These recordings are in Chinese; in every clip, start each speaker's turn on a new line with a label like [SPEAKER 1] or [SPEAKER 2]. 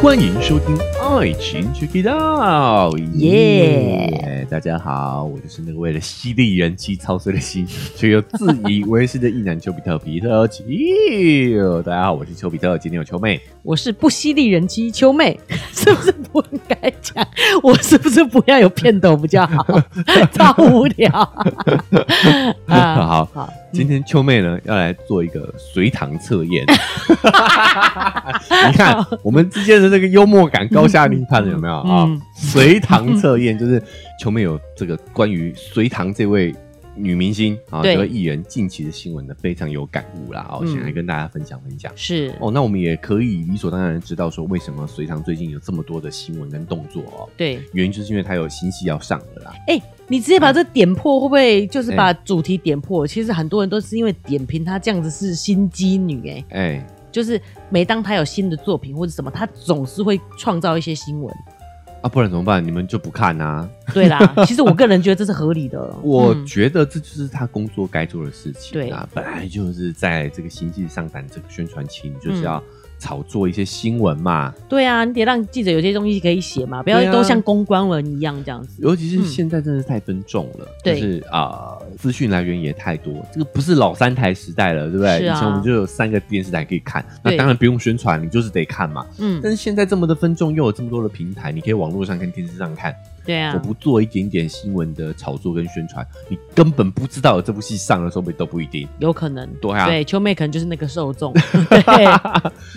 [SPEAKER 1] 欢迎收听《爱情 Check It Out》，
[SPEAKER 2] 耶！
[SPEAKER 1] 大家好，我就是那个为了犀利人妻操碎了心，却又自以为是的异男丘比特皮特丘。大家好，我是丘比特，今天有丘妹。
[SPEAKER 2] 我是不犀利人妻秋妹， 是不是不应该讲？ 我是不是不要有片头比较 好？ 超无聊啊！
[SPEAKER 1] 好，
[SPEAKER 2] 好，
[SPEAKER 1] 今天秋妹呢要来做一个随堂测 验。你看我们之间的这个幽默感高下立判了有没有啊
[SPEAKER 2] 嗯？
[SPEAKER 1] 随堂测验就是秋妹有这个关于隋唐这位女明星啊，
[SPEAKER 2] 对
[SPEAKER 1] 这位艺人近期的新闻呢非常有感悟啦，哦，
[SPEAKER 2] 嗯
[SPEAKER 1] 想来跟大家分享分享。
[SPEAKER 2] 是，
[SPEAKER 1] 哦，那我们也可以理所当然地知道说，为什么隋唐最近有这么多的新闻跟动作哦，
[SPEAKER 2] 对。
[SPEAKER 1] 原因就是因为她有新戏要上了啦。
[SPEAKER 2] 哎、你直接把这点破，会不会
[SPEAKER 1] 哎
[SPEAKER 2] 就是把主题点破？其实很多人都是因为点评她这样子是心机女、哎，
[SPEAKER 1] 哎，
[SPEAKER 2] 就是每当她有新的作品或者什么，她总是会创造一些新闻。
[SPEAKER 1] 啊，不然怎么办？你们就不看啊？
[SPEAKER 2] 对 啦，其实我个人觉得这是合理的。
[SPEAKER 1] 我
[SPEAKER 2] 嗯
[SPEAKER 1] 觉得这就是他工作该做的事情啊
[SPEAKER 2] 对，
[SPEAKER 1] 本来就是在这个新季上档这个宣传期，你
[SPEAKER 2] 嗯
[SPEAKER 1] 就是要炒作一些新闻嘛，
[SPEAKER 2] 对啊，你得让记者有些东西可以写嘛，不要
[SPEAKER 1] 对啊
[SPEAKER 2] 都像公关文一样这样子。
[SPEAKER 1] 尤其是现在真的是太分众了，
[SPEAKER 2] 嗯对
[SPEAKER 1] 就是啊，资讯来源也太多，这个不是老三台时代了，对不对？
[SPEAKER 2] 是啊
[SPEAKER 1] 以前我们就有三个电视台可以看，那
[SPEAKER 2] 对
[SPEAKER 1] 当然不用宣传，你就是得看嘛。
[SPEAKER 2] 嗯
[SPEAKER 1] 但，是现在这么的分众，又有这么多的平台，你可以网络上跟电视上看，
[SPEAKER 2] 对啊
[SPEAKER 1] 我，不做一点点新闻的炒作跟宣传，你根本不知道有这部戏上了时候都不一定。
[SPEAKER 2] 有可能。
[SPEAKER 1] 对啊
[SPEAKER 2] 对，秋妹可能就是那个 受众。对，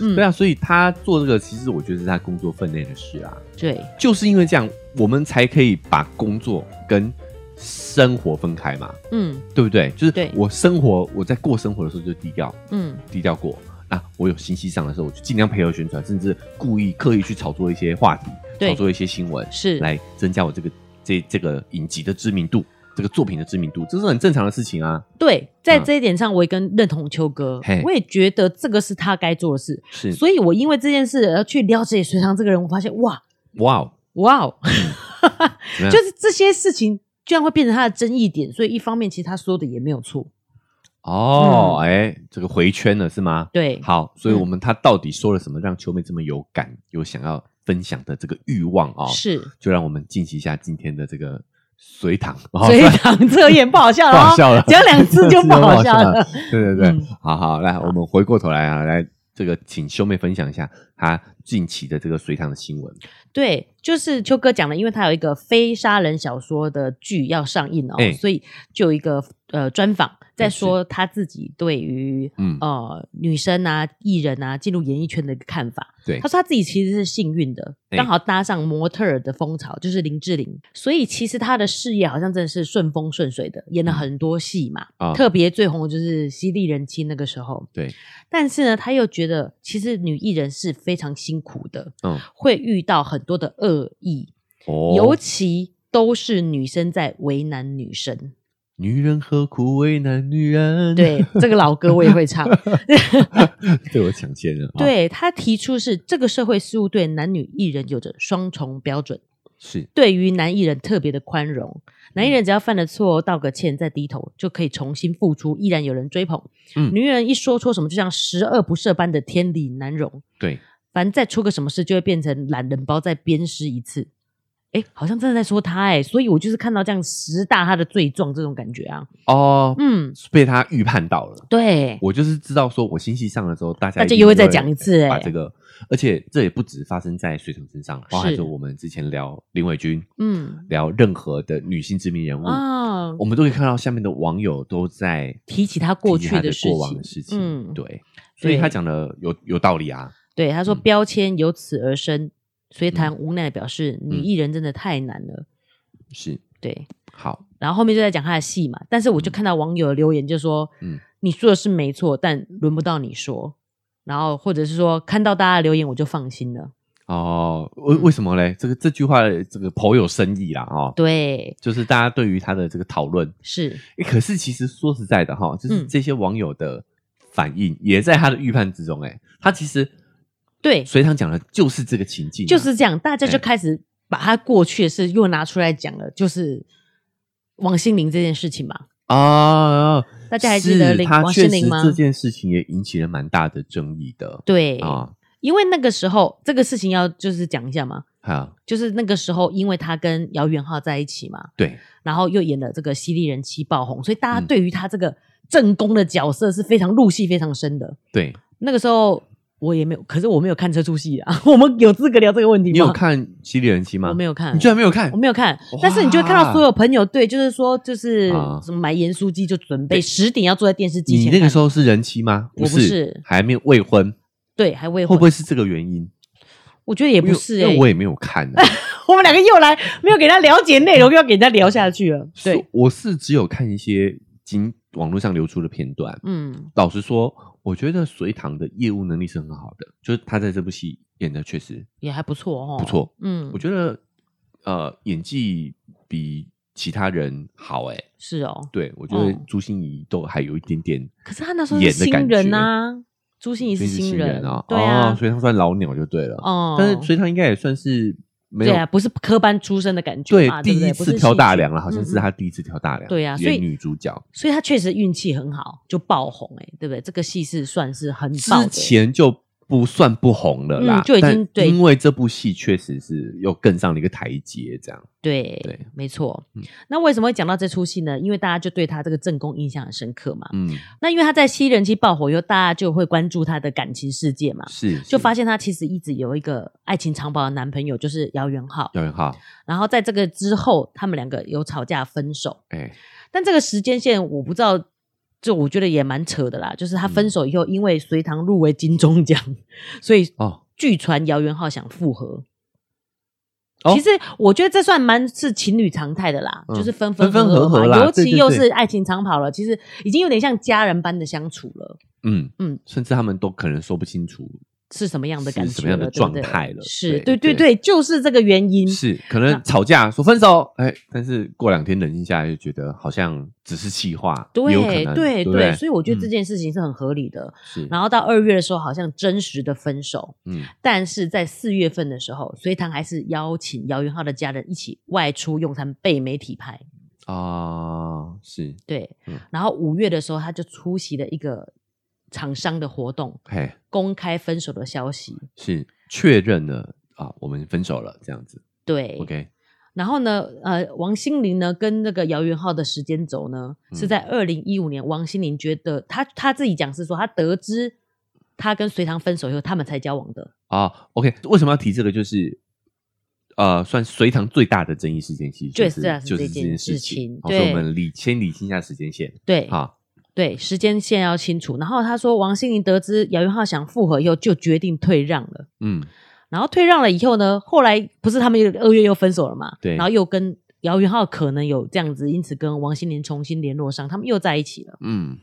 [SPEAKER 2] 嗯，
[SPEAKER 1] 对啊，所以他做这个，其实我觉得是他工作分内的事啊。
[SPEAKER 2] 对，
[SPEAKER 1] 就是因为这样，我们才可以把工作跟生活分开嘛，
[SPEAKER 2] 嗯
[SPEAKER 1] 对不对？就是
[SPEAKER 2] 对
[SPEAKER 1] 我生活，我在过生活的时候就低调，
[SPEAKER 2] 嗯，
[SPEAKER 1] 低调过。那我有信息上的时候，我就尽量配合宣传，甚至故意刻意去炒作一些话题，
[SPEAKER 2] 对
[SPEAKER 1] 炒作一些新闻，
[SPEAKER 2] 是，
[SPEAKER 1] 来增加我这个这这个影集的知名度，这个作品的知名度，这是很正常的事情啊。
[SPEAKER 2] 对，在
[SPEAKER 1] 嗯
[SPEAKER 2] 这一点上，我也跟认同秋哥
[SPEAKER 1] 嘿，
[SPEAKER 2] 我也觉得这个是他该做的事。
[SPEAKER 1] 是，
[SPEAKER 2] 所以我因为这件事而去了解隋唐这个人，我发现哇
[SPEAKER 1] 哇哦，
[SPEAKER 2] 哇哦，
[SPEAKER 1] 怎么样
[SPEAKER 2] 就是这些事情居然会变成他的争议点。所以一方面，其实他说的也没有错。
[SPEAKER 1] 哦，
[SPEAKER 2] 嗯
[SPEAKER 1] 哎、这个回圈了是吗？
[SPEAKER 2] 对，
[SPEAKER 1] 好，所以
[SPEAKER 2] 嗯
[SPEAKER 1] 我们他到底说了什么，让秋妹这么有感，有想要分享的这个欲望哦？，
[SPEAKER 2] 是
[SPEAKER 1] 就让我们进行一下今天的这个随堂， 哦
[SPEAKER 2] 隋唐测验不好笑
[SPEAKER 1] 不
[SPEAKER 2] 了哦，
[SPEAKER 1] 好笑了，
[SPEAKER 2] 讲两次 就不好笑了。
[SPEAKER 1] 对对对，
[SPEAKER 2] 嗯
[SPEAKER 1] 好好，来，我们回过头来啊，来这个请秋妹分享一下她近期的这个隋唐的新闻。
[SPEAKER 2] 对，就是秋哥讲的，因为他有一个非杀人小说的剧要上映哦，
[SPEAKER 1] 哎
[SPEAKER 2] 所以就有一个呃专访
[SPEAKER 1] 哎
[SPEAKER 2] 在
[SPEAKER 1] 是
[SPEAKER 2] 说他自己对于、
[SPEAKER 1] 嗯，
[SPEAKER 2] 呃女生啊、艺人啊进入演艺圈的一个看法。
[SPEAKER 1] 对
[SPEAKER 2] 他，说他自己其实是幸运的，
[SPEAKER 1] 哎
[SPEAKER 2] 刚好搭上模特儿的风潮，就是林志玲，所以其实他的事业好像真的是顺风顺水的，演了很多戏嘛，
[SPEAKER 1] 嗯啊
[SPEAKER 2] 特别最红的就是《犀利人妻》那个时候。
[SPEAKER 1] 对，
[SPEAKER 2] 但是呢，他又觉得其实女艺人是非常辛苦的，
[SPEAKER 1] 嗯，
[SPEAKER 2] 会遇到很多的恶意，
[SPEAKER 1] 哦，
[SPEAKER 2] 尤其都是女生在为难女生。
[SPEAKER 1] 女人何苦为难女人？，
[SPEAKER 2] 对，这个老歌我也会唱。
[SPEAKER 1] 对我抢先了。， 哦
[SPEAKER 2] 对他提出是这个社会似乎对男女艺人有着双重标准，
[SPEAKER 1] 是，
[SPEAKER 2] 对于男艺人特别的宽容，男艺人只要犯了错道个歉再低头就可以重新复出，依然有人追捧。
[SPEAKER 1] 嗯
[SPEAKER 2] 女艺人一说错什么，就像十恶不赦般的天理难容。
[SPEAKER 1] 对，
[SPEAKER 2] 反正再出个什么事，就会变成懒人包再鞭尸一次。哎，好像真的在说他哎、所以我就是看到这样十大他的罪状这种感觉啊。
[SPEAKER 1] 哦，
[SPEAKER 2] 嗯，
[SPEAKER 1] 被他预判到了。
[SPEAKER 2] 对，
[SPEAKER 1] 我就是知道，说我新戏上了之后，大家
[SPEAKER 2] 大家
[SPEAKER 1] 一定
[SPEAKER 2] 又会再讲一次哎
[SPEAKER 1] 把这个，而且这也不止发生在水桶身上，包含
[SPEAKER 2] 是
[SPEAKER 1] 着我们之前聊林伟君，
[SPEAKER 2] 嗯
[SPEAKER 1] 聊任何的女性知名人物，
[SPEAKER 2] 啊，
[SPEAKER 1] 我们都可以看到下面的网友都在
[SPEAKER 2] 提起他过
[SPEAKER 1] 提
[SPEAKER 2] 去
[SPEAKER 1] 他
[SPEAKER 2] 的
[SPEAKER 1] 的
[SPEAKER 2] 事
[SPEAKER 1] 过往
[SPEAKER 2] 情
[SPEAKER 1] 的，事情，
[SPEAKER 2] 嗯
[SPEAKER 1] 对，所以
[SPEAKER 2] 对
[SPEAKER 1] 他讲的有有道理啊，
[SPEAKER 2] 对他说
[SPEAKER 1] 嗯
[SPEAKER 2] 标签由此而生，所以谭无奈的表示，
[SPEAKER 1] 嗯
[SPEAKER 2] 女艺人真的太难了。
[SPEAKER 1] 是
[SPEAKER 2] 对，
[SPEAKER 1] 好，
[SPEAKER 2] 然后后面就在讲他的戏嘛，但是我就
[SPEAKER 1] 嗯
[SPEAKER 2] 看到网友的留言就说，
[SPEAKER 1] 嗯
[SPEAKER 2] 你说的是没错，但轮不到你说。然后或者是说看到大家的留言我就放心了。
[SPEAKER 1] 哦，为
[SPEAKER 2] 嗯
[SPEAKER 1] 为什么嘞？这个这句话这个颇有深意啦，哦，
[SPEAKER 2] 对，
[SPEAKER 1] 就是大家对于他的这个讨论，
[SPEAKER 2] 是
[SPEAKER 1] 诶可是其实说实在的哈，就是
[SPEAKER 2] 嗯
[SPEAKER 1] 这些网友的反应也在他的预判之中。哎，他其实
[SPEAKER 2] 对，
[SPEAKER 1] 隋唐讲的就是这个情境啊、
[SPEAKER 2] 就是这样，大家
[SPEAKER 1] 哎
[SPEAKER 2] 就开始把他过去的事又拿出来讲了，就是王心凌这件事情嘛。
[SPEAKER 1] 啊，
[SPEAKER 2] 大家还记得
[SPEAKER 1] 是
[SPEAKER 2] 林
[SPEAKER 1] 他
[SPEAKER 2] 王
[SPEAKER 1] 确
[SPEAKER 2] 心
[SPEAKER 1] 实
[SPEAKER 2] 凌吗
[SPEAKER 1] 这件事情也引起了蛮大的争议的
[SPEAKER 2] 对，
[SPEAKER 1] 啊。
[SPEAKER 2] 因为那个时候这个事情要就是讲一下嘛，
[SPEAKER 1] 好，
[SPEAKER 2] 就是那个时候因为他跟姚元浩在一起嘛，
[SPEAKER 1] 对，
[SPEAKER 2] 然后又演了这个《犀利人妻》爆红，所以大家对于他这个正宫的角色是非常入戏非常深的。
[SPEAKER 1] 对
[SPEAKER 2] 那个时候我也没有，可是我没有看这出戏啊， 我们有资格聊这个问题吗？
[SPEAKER 1] 你有看《犀利人妻》吗？
[SPEAKER 2] 我没
[SPEAKER 1] 有，
[SPEAKER 2] 有看
[SPEAKER 1] 你，居然没有看
[SPEAKER 2] 我？没有看
[SPEAKER 1] 哇，
[SPEAKER 2] 但是你就会看到所有朋友对，就是说，就是
[SPEAKER 1] 啊
[SPEAKER 2] 什么买盐酥鸡就准备十点要坐在电视机
[SPEAKER 1] 你
[SPEAKER 2] 前
[SPEAKER 1] 那
[SPEAKER 2] 看，
[SPEAKER 1] 个时候是人妻吗？
[SPEAKER 2] 我不是
[SPEAKER 1] 还没有未婚，
[SPEAKER 2] 对还未
[SPEAKER 1] 会
[SPEAKER 2] 婚，
[SPEAKER 1] 不会是这个原因？
[SPEAKER 2] 我觉得也不是
[SPEAKER 1] 因为
[SPEAKER 2] 哎、
[SPEAKER 1] 因为我也没有看 啊。
[SPEAKER 2] 我们两个又来没有给他了解内容，又要给人家聊下去了，
[SPEAKER 1] 是
[SPEAKER 2] 对，，
[SPEAKER 1] 我是只有看一些经网络上流出的片段。
[SPEAKER 2] 嗯
[SPEAKER 1] 老实说，我觉得隋唐的业务能力是很好的，就是他在这部戏演的确实
[SPEAKER 2] 也还不错哦，
[SPEAKER 1] 不，错。
[SPEAKER 2] 嗯
[SPEAKER 1] 我，觉得呃，演技比其他人好哎、
[SPEAKER 2] 是哦，
[SPEAKER 1] 对我觉得
[SPEAKER 2] 哦
[SPEAKER 1] 朱心怡都还有一点点
[SPEAKER 2] 可是他那时候是
[SPEAKER 1] 演的感
[SPEAKER 2] 新
[SPEAKER 1] 觉
[SPEAKER 2] 人啊，朱心怡
[SPEAKER 1] 所
[SPEAKER 2] 是
[SPEAKER 1] 以是
[SPEAKER 2] 新人
[SPEAKER 1] 啊，
[SPEAKER 2] 对
[SPEAKER 1] 哦
[SPEAKER 2] 啊，
[SPEAKER 1] 所以他算老鸟就对了。
[SPEAKER 2] 哦
[SPEAKER 1] 但是隋唐应该也算是没
[SPEAKER 2] 对
[SPEAKER 1] 有
[SPEAKER 2] 啊，不是科班出身的感觉
[SPEAKER 1] 对
[SPEAKER 2] 嘛，对
[SPEAKER 1] 第
[SPEAKER 2] 不对
[SPEAKER 1] 一
[SPEAKER 2] 不
[SPEAKER 1] 次
[SPEAKER 2] 是
[SPEAKER 1] 挑
[SPEAKER 2] 戏
[SPEAKER 1] 大
[SPEAKER 2] 剧
[SPEAKER 1] 梁了，好像是
[SPEAKER 2] 嗯嗯
[SPEAKER 1] 他第一次挑大梁，
[SPEAKER 2] 对啊所以
[SPEAKER 1] 演女主角
[SPEAKER 2] 所以他确实运气很好，就爆红哎、对不对？这个戏是算是很
[SPEAKER 1] 之
[SPEAKER 2] 爆的。
[SPEAKER 1] 前就不算不红了啦，
[SPEAKER 2] 嗯就已经
[SPEAKER 1] 但
[SPEAKER 2] 对
[SPEAKER 1] 因为这部戏确实是又更上了一个台阶，这样
[SPEAKER 2] 对，
[SPEAKER 1] 对
[SPEAKER 2] 没错。
[SPEAKER 1] 嗯
[SPEAKER 2] 那为什么会讲到这出戏呢？因为大家就对他这个正宫印象很深刻嘛。
[SPEAKER 1] 嗯
[SPEAKER 2] 那因为他在西人妻爆火以后，大家就会关注他的感情世界嘛，
[SPEAKER 1] 是
[SPEAKER 2] 啊就发现他其实一直有一个爱情长跑的男朋友，就是姚元浩。
[SPEAKER 1] 姚元浩
[SPEAKER 2] 然后在这个之后，他们两个有吵架分手，
[SPEAKER 1] 哎
[SPEAKER 2] 但这个时间线我不知道。就我觉得也蛮扯的啦，就是他
[SPEAKER 1] 嗯
[SPEAKER 2] 分手以后，因为隋唐入围金钟奖， 所以
[SPEAKER 1] 哦
[SPEAKER 2] 据传姚元浩想复合。
[SPEAKER 1] 哦
[SPEAKER 2] 其实我觉得这算蛮是情侣常态的啦，
[SPEAKER 1] 嗯
[SPEAKER 2] 就是分
[SPEAKER 1] 分分
[SPEAKER 2] 合
[SPEAKER 1] 合合
[SPEAKER 2] 嘛
[SPEAKER 1] 啦
[SPEAKER 2] 尤
[SPEAKER 1] 对
[SPEAKER 2] 其
[SPEAKER 1] 对
[SPEAKER 2] 又
[SPEAKER 1] 对
[SPEAKER 2] 是爱情长跑了，其实已经有点像家人般的相处了，
[SPEAKER 1] 嗯
[SPEAKER 2] 嗯
[SPEAKER 1] 嗯，甚至他们都可能说不清楚，
[SPEAKER 2] 是什么样的感觉了？
[SPEAKER 1] 是什么样的
[SPEAKER 2] 对不对
[SPEAKER 1] 状态了
[SPEAKER 2] 是，对
[SPEAKER 1] 对
[SPEAKER 2] 对对，就是这个原因。
[SPEAKER 1] 是可
[SPEAKER 2] 嗯那
[SPEAKER 1] 能吵架说分手，哎，但是过两天冷静下来就觉得好像只是气话，也有可
[SPEAKER 2] 对
[SPEAKER 1] 能
[SPEAKER 2] 对
[SPEAKER 1] 对不对，
[SPEAKER 2] 所以我觉得
[SPEAKER 1] 嗯
[SPEAKER 2] 这件事情是很合理的。
[SPEAKER 1] 是
[SPEAKER 2] 然后到二月的时候，好像真实的分手，
[SPEAKER 1] 嗯
[SPEAKER 2] 但是在四月份的时候，隋唐还是邀请姚元浩的家人一起外出用餐被媒体拍。
[SPEAKER 1] 啊是
[SPEAKER 2] 对，
[SPEAKER 1] 嗯
[SPEAKER 2] 然后五月的时候，他就出席了一个厂商的活动，
[SPEAKER 1] 嘿
[SPEAKER 2] 公开分手的消息。
[SPEAKER 1] 是确认了啊，我们分手了这样子
[SPEAKER 2] 对
[SPEAKER 1] ，OK
[SPEAKER 2] 然后呢，呃，王心凌呢跟那个姚元浩的时间轴呢
[SPEAKER 1] 嗯
[SPEAKER 2] 是在二零一五年，王心凌觉得她她自己讲是说，她得知她跟隋唐分手以后，他们才交往的。
[SPEAKER 1] 啊，OK，为什么要提这个？就是呃，算隋唐最大的争议事件其实
[SPEAKER 2] 对
[SPEAKER 1] 就是
[SPEAKER 2] 啊是
[SPEAKER 1] 就是
[SPEAKER 2] 这
[SPEAKER 1] 这
[SPEAKER 2] 件
[SPEAKER 1] 件事
[SPEAKER 2] 事情
[SPEAKER 1] 好，所以
[SPEAKER 2] 对
[SPEAKER 1] 我们理先理清一下时间线
[SPEAKER 2] 对
[SPEAKER 1] 啊，
[SPEAKER 2] 对，时间线要清楚。然后她说，王心凌得知姚元浩想复合以后，就决定退让了。
[SPEAKER 1] 嗯，
[SPEAKER 2] 然后退让了以后呢，后来不是他们又二月又分手了嘛？
[SPEAKER 1] 对
[SPEAKER 2] 然后又跟姚元浩可能有这样子，因此跟王心凌重新联络上，他们又在一起了。
[SPEAKER 1] 嗯，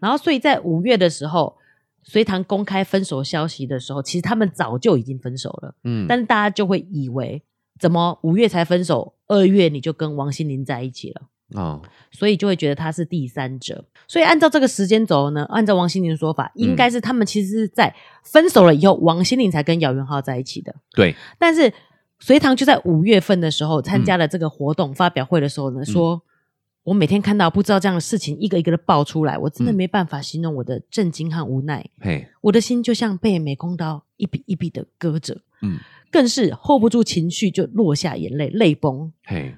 [SPEAKER 2] 然后所以在五月的时候，隋唐公开分手消息的时候，其实他们早就已经分手了，
[SPEAKER 1] 嗯，
[SPEAKER 2] 但是大家就会以为怎么五月才分手，二月你就跟王心凌在一起了。
[SPEAKER 1] 哦，
[SPEAKER 2] 所以就会觉得他是第三者。所以按照这个时间轴呢，按照王心凌的说法，
[SPEAKER 1] 嗯
[SPEAKER 2] 应该是他们其实是在分手了以后，王心凌才跟姚元浩在一起的。
[SPEAKER 1] 对，
[SPEAKER 2] 但是隋唐就在五月份的时候参加了这个活动、发表会的时候呢，说。我每天看到不知道这样的事情一个一个的爆出来，我真的
[SPEAKER 1] 嗯
[SPEAKER 2] 没办法形容我的震惊和无奈。
[SPEAKER 1] 嘿，
[SPEAKER 2] 我的心就像被美工刀一笔一笔的割着，
[SPEAKER 1] 嗯，
[SPEAKER 2] 更是 hold 不住情绪就落下眼泪，泪崩，
[SPEAKER 1] 嘿，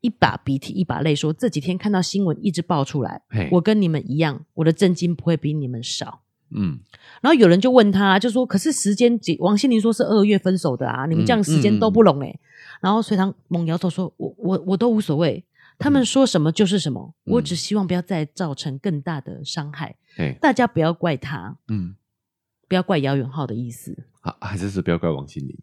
[SPEAKER 2] 一把鼻涕一把泪说这几天看到新闻一直爆出来，
[SPEAKER 1] 嘿，
[SPEAKER 2] 我跟你们一样，我的震惊不会比你们少。
[SPEAKER 1] 嗯，
[SPEAKER 2] 然后有人就问他，就说：“可是时间几，王心凌说是二月分手的啊，你们这样时间都不
[SPEAKER 1] 嗯
[SPEAKER 2] 拢哎、然后隋唐猛摇头说：“我我我都无所谓，他们说什么就是什么，
[SPEAKER 1] 嗯
[SPEAKER 2] 我只希望不要再造成更大的伤害，
[SPEAKER 1] 嘿，
[SPEAKER 2] 大家不要怪他，
[SPEAKER 1] 嗯，
[SPEAKER 2] 不要怪姚元浩的意思。
[SPEAKER 1] 好，还是是不要怪王心凌，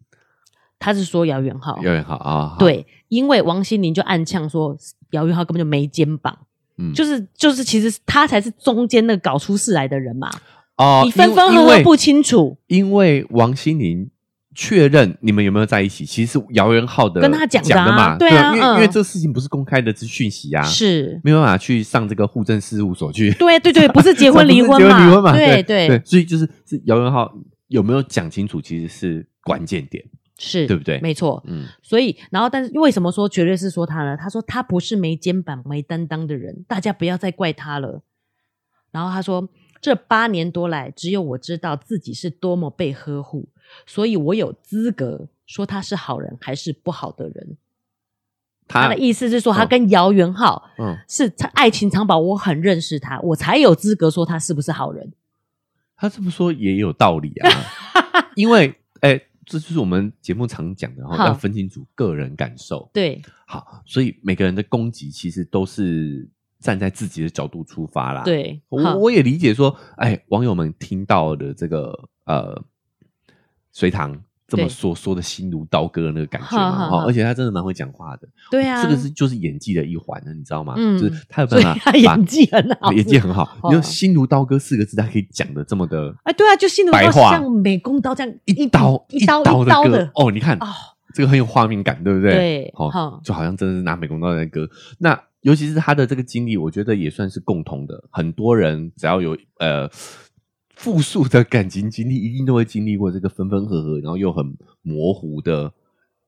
[SPEAKER 2] 他是说姚元浩，
[SPEAKER 1] 有点好啊，好，
[SPEAKER 2] 对，因为王心凌就暗呛说姚元浩根本就没肩膀，
[SPEAKER 1] 嗯，
[SPEAKER 2] 就是就是其实他才是中间那个搞出事来的人嘛，
[SPEAKER 1] 哦，
[SPEAKER 2] 你分
[SPEAKER 1] 因
[SPEAKER 2] 分合
[SPEAKER 1] 因
[SPEAKER 2] 合
[SPEAKER 1] 为
[SPEAKER 2] 不清楚。”
[SPEAKER 1] 因为王心凌确认你们有没有在一起，其实是姚元浩的
[SPEAKER 2] 跟他讲的啊
[SPEAKER 1] 的嘛，
[SPEAKER 2] 对啊
[SPEAKER 1] 因为、
[SPEAKER 2] 嗯
[SPEAKER 1] 因为这事情不是公开的资讯息啊，
[SPEAKER 2] 是，
[SPEAKER 1] 没有办法去上这个户政事务所去
[SPEAKER 2] 对对对，不是结 婚
[SPEAKER 1] 不是
[SPEAKER 2] 离婚
[SPEAKER 1] 结
[SPEAKER 2] 嘛，
[SPEAKER 1] 婚离婚嘛，
[SPEAKER 2] 对
[SPEAKER 1] 对所以就是是姚元浩有没有讲清楚，其实是关键点，
[SPEAKER 2] 是，
[SPEAKER 1] 对不对
[SPEAKER 2] 没错。
[SPEAKER 1] 嗯
[SPEAKER 2] 所以，然后，但是为什么说绝对是说他呢？他说他不是没肩膀、没担当的人，大家不要再怪他了。然后他说，这八年多来，只有我知道自己是多么被呵护，所以我有资格说他是好人还是不好的人。他
[SPEAKER 1] 他
[SPEAKER 2] 的意思是说，他
[SPEAKER 1] 哦
[SPEAKER 2] 跟姚元浩
[SPEAKER 1] 嗯，
[SPEAKER 2] 是他爱情藏宝，我很认识他，我才有资格说他是不是好人。
[SPEAKER 1] 他这么说也有道理 啊，因为哎、这就是我们节目常讲的，哈，
[SPEAKER 2] 好
[SPEAKER 1] 要分清楚个人感受。
[SPEAKER 2] 对，
[SPEAKER 1] 好，所以每个人的攻击其实都是站在自己的角度出发啦。，
[SPEAKER 2] 对，好
[SPEAKER 1] 啊我我也理解说，哎，网友们听到的这个呃，隋唐这么
[SPEAKER 2] 对
[SPEAKER 1] 说，说的心如刀割的那个感觉
[SPEAKER 2] 好
[SPEAKER 1] 嘛，
[SPEAKER 2] 好
[SPEAKER 1] 哈，
[SPEAKER 2] 好
[SPEAKER 1] 而且他真的蛮会讲话的，
[SPEAKER 2] 对啊，
[SPEAKER 1] 这个是就是演技的一环啊呢，你知道吗？
[SPEAKER 2] 嗯
[SPEAKER 1] 就是他有
[SPEAKER 2] 所
[SPEAKER 1] 办
[SPEAKER 2] 以
[SPEAKER 1] 法
[SPEAKER 2] 他
[SPEAKER 1] 啊把
[SPEAKER 2] 演技很好，
[SPEAKER 1] 演技很好，
[SPEAKER 2] 哦
[SPEAKER 1] 你说“心如刀割”四个字，他可以讲的这么的
[SPEAKER 2] 哎，对啊，就心如
[SPEAKER 1] 白
[SPEAKER 2] 刀
[SPEAKER 1] 话
[SPEAKER 2] 像美工刀这样
[SPEAKER 1] 一刀
[SPEAKER 2] 一刀
[SPEAKER 1] 刀
[SPEAKER 2] 一刀
[SPEAKER 1] 割
[SPEAKER 2] 的
[SPEAKER 1] 哦，你看
[SPEAKER 2] 哦，
[SPEAKER 1] 这个很有画面感，对不对？
[SPEAKER 2] 对
[SPEAKER 1] 哦
[SPEAKER 2] 好，
[SPEAKER 1] 就好像真的是拿美工刀在割。那尤其是他的这个经历，我觉得也算是共同的，很多人只要有呃复数的感情经历，一定都会经历过这个分分合合，然后又很模糊的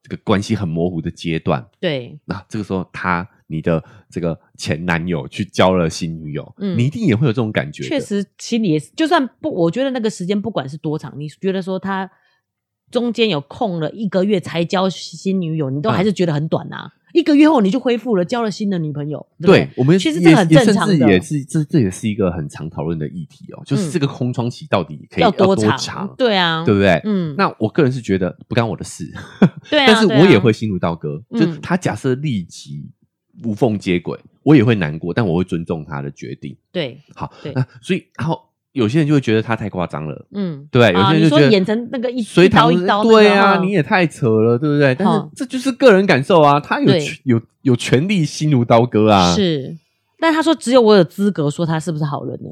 [SPEAKER 1] 这个关系很模糊的阶段。
[SPEAKER 2] 对，
[SPEAKER 1] 那这个时候他，你的这个前男友去交了新女友，
[SPEAKER 2] 嗯
[SPEAKER 1] 你一定也会有这种感觉的。
[SPEAKER 2] 确实心里也是，就算不，我觉得那个时间不管是多长，你觉得说他中间有空了一个月才交新女友，你
[SPEAKER 1] 嗯
[SPEAKER 2] 都还是觉得很短呐、一个月后你就恢复了，交了新的女朋友，对不
[SPEAKER 1] 对
[SPEAKER 2] 对
[SPEAKER 1] 我们
[SPEAKER 2] 其实
[SPEAKER 1] 也
[SPEAKER 2] 这很
[SPEAKER 1] 也
[SPEAKER 2] 正常
[SPEAKER 1] 甚至
[SPEAKER 2] 的
[SPEAKER 1] 也是这这也是一个很常讨论的议题哦，就是
[SPEAKER 2] 嗯
[SPEAKER 1] 这个空窗期到底可以
[SPEAKER 2] 要
[SPEAKER 1] 多
[SPEAKER 2] 长？
[SPEAKER 1] 长
[SPEAKER 2] 对啊，
[SPEAKER 1] 对不对？
[SPEAKER 2] 嗯，
[SPEAKER 1] 那我个人是觉得不干我的事，
[SPEAKER 2] 对啊，
[SPEAKER 1] 但是
[SPEAKER 2] 对啊
[SPEAKER 1] 我也会心如刀割。
[SPEAKER 2] 嗯
[SPEAKER 1] 就是他假设立即无缝接轨，我也会难过，但我会尊重他的决定。
[SPEAKER 2] 对，
[SPEAKER 1] 好，
[SPEAKER 2] 对
[SPEAKER 1] 那所以然后有些人就会觉得他太夸张了，
[SPEAKER 2] 嗯，
[SPEAKER 1] 对，有
[SPEAKER 2] 啊
[SPEAKER 1] 些人
[SPEAKER 2] 你
[SPEAKER 1] 就
[SPEAKER 2] 说
[SPEAKER 1] 觉得
[SPEAKER 2] 演成那个一
[SPEAKER 1] 隋
[SPEAKER 2] 一刀
[SPEAKER 1] 唐
[SPEAKER 2] 一刀那个
[SPEAKER 1] 对啊，
[SPEAKER 2] 嗯
[SPEAKER 1] 你也太扯了，对不对？但是
[SPEAKER 2] 嗯
[SPEAKER 1] 这就是个人感受啊，他有
[SPEAKER 2] 对
[SPEAKER 1] 权有有权利心如刀割啊，
[SPEAKER 2] 是，但他说只有我有资格说他是不是好人呢？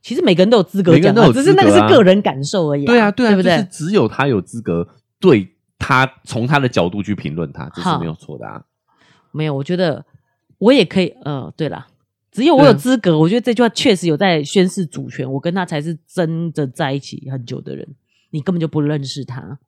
[SPEAKER 2] 其实每个人都有资格
[SPEAKER 1] 每个
[SPEAKER 2] 讲
[SPEAKER 1] 人
[SPEAKER 2] 啊，
[SPEAKER 1] 都有
[SPEAKER 2] 只
[SPEAKER 1] 资
[SPEAKER 2] 是那个
[SPEAKER 1] 格
[SPEAKER 2] 是
[SPEAKER 1] 啊
[SPEAKER 2] 个人感受而已、
[SPEAKER 1] 对啊，对啊，
[SPEAKER 2] 不
[SPEAKER 1] 就是
[SPEAKER 2] 对？
[SPEAKER 1] 只有他有资格对他从他的角度去评论他，这是
[SPEAKER 2] 好
[SPEAKER 1] 没有错的啊。
[SPEAKER 2] 没有，我觉得我也可以。呃，对啦，只有我有
[SPEAKER 1] 对啊
[SPEAKER 2] 资格，我觉得这句话确实有在宣示主权。我跟他才是真的在一起很久的人，你根本就不认识他，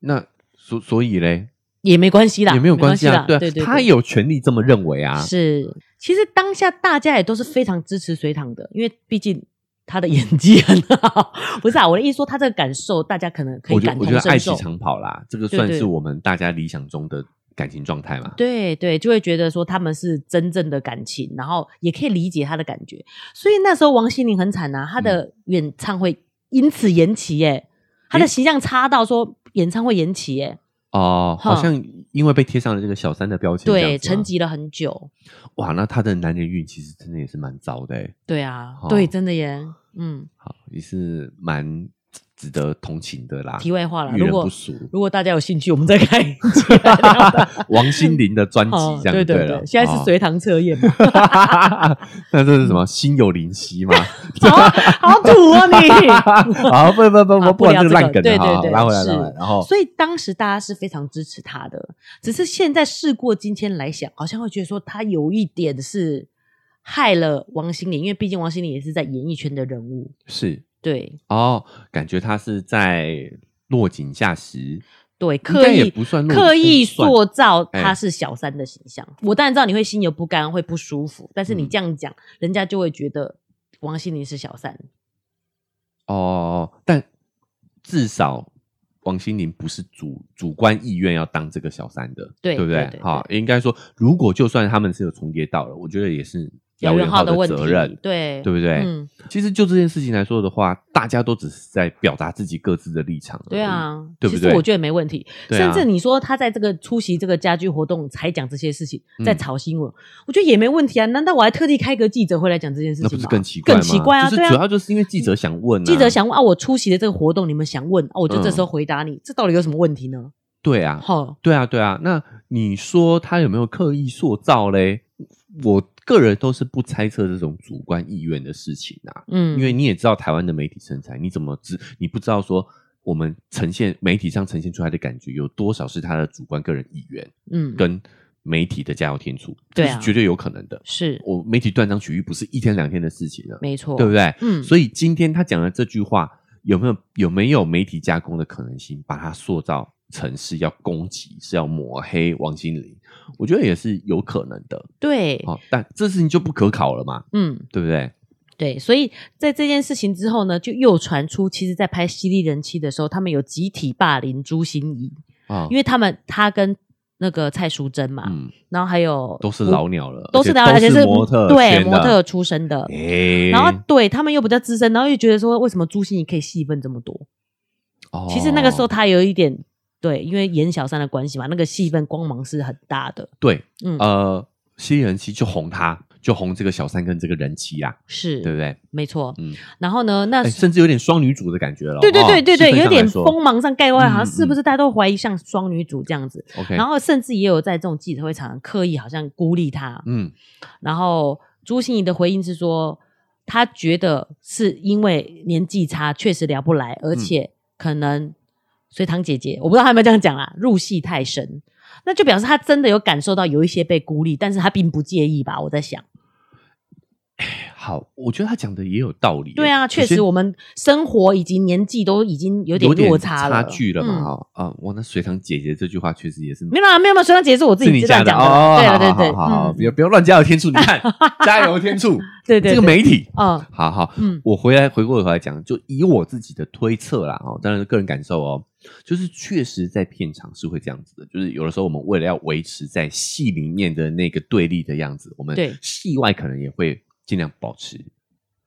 [SPEAKER 1] 那所所以嘞，
[SPEAKER 2] 也没关系啦，
[SPEAKER 1] 也没有关
[SPEAKER 2] 系
[SPEAKER 1] 系啊，
[SPEAKER 2] 啦。
[SPEAKER 1] 对
[SPEAKER 2] 对
[SPEAKER 1] 啊，他也有权利这么认为啊。
[SPEAKER 2] 是，其实当下大家也都是非常支持隋唐的，因为毕竟他
[SPEAKER 1] 嗯
[SPEAKER 2] 的演技很好。不是啊，我的意思说他这个感受，大家可能可以
[SPEAKER 1] 我觉
[SPEAKER 2] 感
[SPEAKER 1] 得我
[SPEAKER 2] 同
[SPEAKER 1] 觉得爱
[SPEAKER 2] 身
[SPEAKER 1] 情
[SPEAKER 2] 受。
[SPEAKER 1] 长跑啦，这个
[SPEAKER 2] 对
[SPEAKER 1] 算
[SPEAKER 2] 对
[SPEAKER 1] 是我们大家理想中的感情状态嘛。
[SPEAKER 2] 对对，就会觉得说他们是真正的感情，然后也可以理解他的感觉。所以那时候王心凌很惨啊，她的演唱会因此延期耶、她的
[SPEAKER 1] 嗯诶
[SPEAKER 2] 形象差到说演唱会延期耶、
[SPEAKER 1] 哦，好
[SPEAKER 2] 哈
[SPEAKER 1] 像因为被贴上了这个小三的标签这样
[SPEAKER 2] 对，
[SPEAKER 1] 子吗，啊
[SPEAKER 2] 沉寂了很久。
[SPEAKER 1] 哇，那他的男人运其实真的也是蛮糟的欸，
[SPEAKER 2] 对啊，
[SPEAKER 1] 哦
[SPEAKER 2] 对，真的耶，嗯。
[SPEAKER 1] 好，也是蛮值得同情的啦。
[SPEAKER 2] 题外话了，
[SPEAKER 1] 遇啊人
[SPEAKER 2] 如果
[SPEAKER 1] 不 淑，
[SPEAKER 2] 如果大家有兴趣，我们再开一集来聊它
[SPEAKER 1] 王心凌的专辑
[SPEAKER 2] 哦，
[SPEAKER 1] 这样
[SPEAKER 2] 对
[SPEAKER 1] 就了
[SPEAKER 2] 对，，现在
[SPEAKER 1] 哦
[SPEAKER 2] 是隋唐测验 嘛，
[SPEAKER 1] 那这是什么？心有灵犀吗？
[SPEAKER 2] 好哦好土哦你。
[SPEAKER 1] 好，不不不不，
[SPEAKER 2] 好
[SPEAKER 1] 不
[SPEAKER 2] 啊不
[SPEAKER 1] 然
[SPEAKER 2] 聊
[SPEAKER 1] 这个
[SPEAKER 2] 这
[SPEAKER 1] 烂
[SPEAKER 2] 个
[SPEAKER 1] 梗
[SPEAKER 2] 对
[SPEAKER 1] 了，好
[SPEAKER 2] 对
[SPEAKER 1] 好
[SPEAKER 2] 对
[SPEAKER 1] 拉回来，
[SPEAKER 2] 是
[SPEAKER 1] 拉回来。然后
[SPEAKER 2] 所以当时大家是非常支持他的，只是现在事过今天来想，好像会觉得说他有一点是害了王心凌，因为毕竟王心凌也是在演艺圈的人物。
[SPEAKER 1] 是
[SPEAKER 2] 对
[SPEAKER 1] 哦，感觉他是在落井下石，
[SPEAKER 2] 对，
[SPEAKER 1] 应
[SPEAKER 2] 刻
[SPEAKER 1] 该也
[SPEAKER 2] 意
[SPEAKER 1] 不算落井
[SPEAKER 2] 刻意
[SPEAKER 1] 算
[SPEAKER 2] 塑造
[SPEAKER 1] 哎
[SPEAKER 2] 他是小三的形象。我当然知道你会心有不甘，会不舒服，但是你
[SPEAKER 1] 嗯
[SPEAKER 2] 这样讲，人家就会觉得王心凌是小三。
[SPEAKER 1] 哦，但至少。王心凌不是主主观意愿要当这个小三的，
[SPEAKER 2] 对
[SPEAKER 1] 对不
[SPEAKER 2] 对对
[SPEAKER 1] 好，应该说，如果就算他们是有重叠到了，我觉得也是
[SPEAKER 2] 姚元
[SPEAKER 1] 浩
[SPEAKER 2] 浩的问
[SPEAKER 1] 责
[SPEAKER 2] 题
[SPEAKER 1] 任，，
[SPEAKER 2] 对
[SPEAKER 1] 对不对？
[SPEAKER 2] 嗯，
[SPEAKER 1] 其实就这件事情来说的话，大家都只是在表达自己各自的立场。
[SPEAKER 2] 对，啊，
[SPEAKER 1] 对不
[SPEAKER 2] 其实
[SPEAKER 1] 对
[SPEAKER 2] 我觉得没问题。
[SPEAKER 1] 对啊
[SPEAKER 2] 甚至你说他在这个出席这个家居活动才讲这些事情，
[SPEAKER 1] 嗯
[SPEAKER 2] 在炒新闻，我觉得也没问题啊。难道我还特地开个记者会来讲这件事
[SPEAKER 1] 那
[SPEAKER 2] 情吗？
[SPEAKER 1] 不是更奇怪吗？
[SPEAKER 2] 更奇怪啊！
[SPEAKER 1] 就
[SPEAKER 2] 对
[SPEAKER 1] 是
[SPEAKER 2] 啊，
[SPEAKER 1] 主要就是因为记者想问、啊，嗯
[SPEAKER 2] 记者想问啊，我出席的这个活动，你们想问啊，我就这时候回答你，这到底有什么问题呢？
[SPEAKER 1] 对啊，
[SPEAKER 2] 哈、
[SPEAKER 1] 对啊，对啊。那你说他有没有刻意塑造嘞？我个人都是不猜测这种主观意愿的事情啊，
[SPEAKER 2] 嗯，
[SPEAKER 1] 因为你也知道台湾的媒体生态，你怎么知你不知道说我们呈现媒体上呈现出来的感觉有多少是他的主观个人意愿
[SPEAKER 2] 嗯，
[SPEAKER 1] 跟媒体的加油添醋，
[SPEAKER 2] 对
[SPEAKER 1] 这
[SPEAKER 2] 啊
[SPEAKER 1] 是绝对有可能的。
[SPEAKER 2] 是
[SPEAKER 1] 我媒体断章取义不是一天两天的事情了，
[SPEAKER 2] 没错，
[SPEAKER 1] 对不对？
[SPEAKER 2] 嗯
[SPEAKER 1] 所以今天他讲的这句话有没有有没有媒体加工的可能性，把它塑造成是要攻击、是要抹黑王心凌？我觉得也是有可能的。哦
[SPEAKER 2] 对，
[SPEAKER 1] 好、但这事情就不可考了嘛，
[SPEAKER 2] 嗯，
[SPEAKER 1] 对不对？
[SPEAKER 2] 对，所以在这件事情之后呢，就又传出，其实，在拍《犀利人妻》的时候，他们有集体霸凌朱心怡，
[SPEAKER 1] 啊，
[SPEAKER 2] 因为他们他跟那个蔡淑珍嘛，
[SPEAKER 1] 嗯，
[SPEAKER 2] 然后还有
[SPEAKER 1] 都是
[SPEAKER 2] 胡
[SPEAKER 1] 老鸟了，
[SPEAKER 2] 都是
[SPEAKER 1] 而且
[SPEAKER 2] 老鸟，而且是
[SPEAKER 1] 模特
[SPEAKER 2] 对
[SPEAKER 1] 圈的
[SPEAKER 2] 模特，出身的，
[SPEAKER 1] 哎，
[SPEAKER 2] 然后对他们又比较资深，然后又觉得说，为什么朱心怡可以戏份这么多？
[SPEAKER 1] 哦
[SPEAKER 2] 其实那个时候他有一点对，因为严小三的关系嘛，那个戏份光芒是很大的，
[SPEAKER 1] 对，
[SPEAKER 2] 嗯，
[SPEAKER 1] 呃，犀利人妻就红他，就红这个小三跟这个人妻啦，
[SPEAKER 2] 是
[SPEAKER 1] 对不对？
[SPEAKER 2] 没错。
[SPEAKER 1] 嗯，
[SPEAKER 2] 然后呢，那
[SPEAKER 1] 哎甚至有点双女主的感觉了，
[SPEAKER 2] 呃对对
[SPEAKER 1] 哦
[SPEAKER 2] 对对
[SPEAKER 1] 气氛
[SPEAKER 2] 对，
[SPEAKER 1] 上
[SPEAKER 2] 有
[SPEAKER 1] 来
[SPEAKER 2] 点
[SPEAKER 1] 说
[SPEAKER 2] 锋芒上盖过来，好像
[SPEAKER 1] 嗯
[SPEAKER 2] 是不是大家都怀疑像双女主这样子？
[SPEAKER 1] ，OK，
[SPEAKER 2] 然后甚至也有在这种记者会场刻意好像孤立她。
[SPEAKER 1] 嗯，
[SPEAKER 2] 然后朱心怡的回应是说，她觉得是因为年纪差，确实聊不来，
[SPEAKER 1] 嗯
[SPEAKER 2] 而且可能隋唐姐姐，我不知道她有没有这样讲啦，入戏太深。那就表示她真的有感受到有一些被孤立，但是她并不介意吧？我在想，
[SPEAKER 1] 哎好，我觉得他讲的也有道理，
[SPEAKER 2] 对啊，确
[SPEAKER 1] 有些
[SPEAKER 2] 实我们生活以及年纪都已经有点
[SPEAKER 1] 有点
[SPEAKER 2] 落差了，
[SPEAKER 1] 差距了嘛，
[SPEAKER 2] 嗯
[SPEAKER 1] 哈、啊，我那隋唐姐姐这句话确实也是
[SPEAKER 2] 没有啦，没有没有，说到姐姐是我自
[SPEAKER 1] 是
[SPEAKER 2] 己
[SPEAKER 1] 你
[SPEAKER 2] 这样
[SPEAKER 1] 的
[SPEAKER 2] 讲的，
[SPEAKER 1] 哦，
[SPEAKER 2] 对啊
[SPEAKER 1] 好
[SPEAKER 2] 对
[SPEAKER 1] 好
[SPEAKER 2] 对，
[SPEAKER 1] 好好，
[SPEAKER 2] 嗯
[SPEAKER 1] 不要不要乱加油添醋，你 看，加油添醋，
[SPEAKER 2] 对对，
[SPEAKER 1] 这个
[SPEAKER 2] 对，
[SPEAKER 1] 媒体，
[SPEAKER 2] 嗯
[SPEAKER 1] 好好，
[SPEAKER 2] 嗯
[SPEAKER 1] 我回来回过头来讲，就以我自己的推测啦，哦，当然是个人感受哦，就是确实在片场是会这样子的，就是有的时候我们为了要维持在戏里面的那个对立的样子，我们
[SPEAKER 2] 对
[SPEAKER 1] 戏外可能也会尽量保持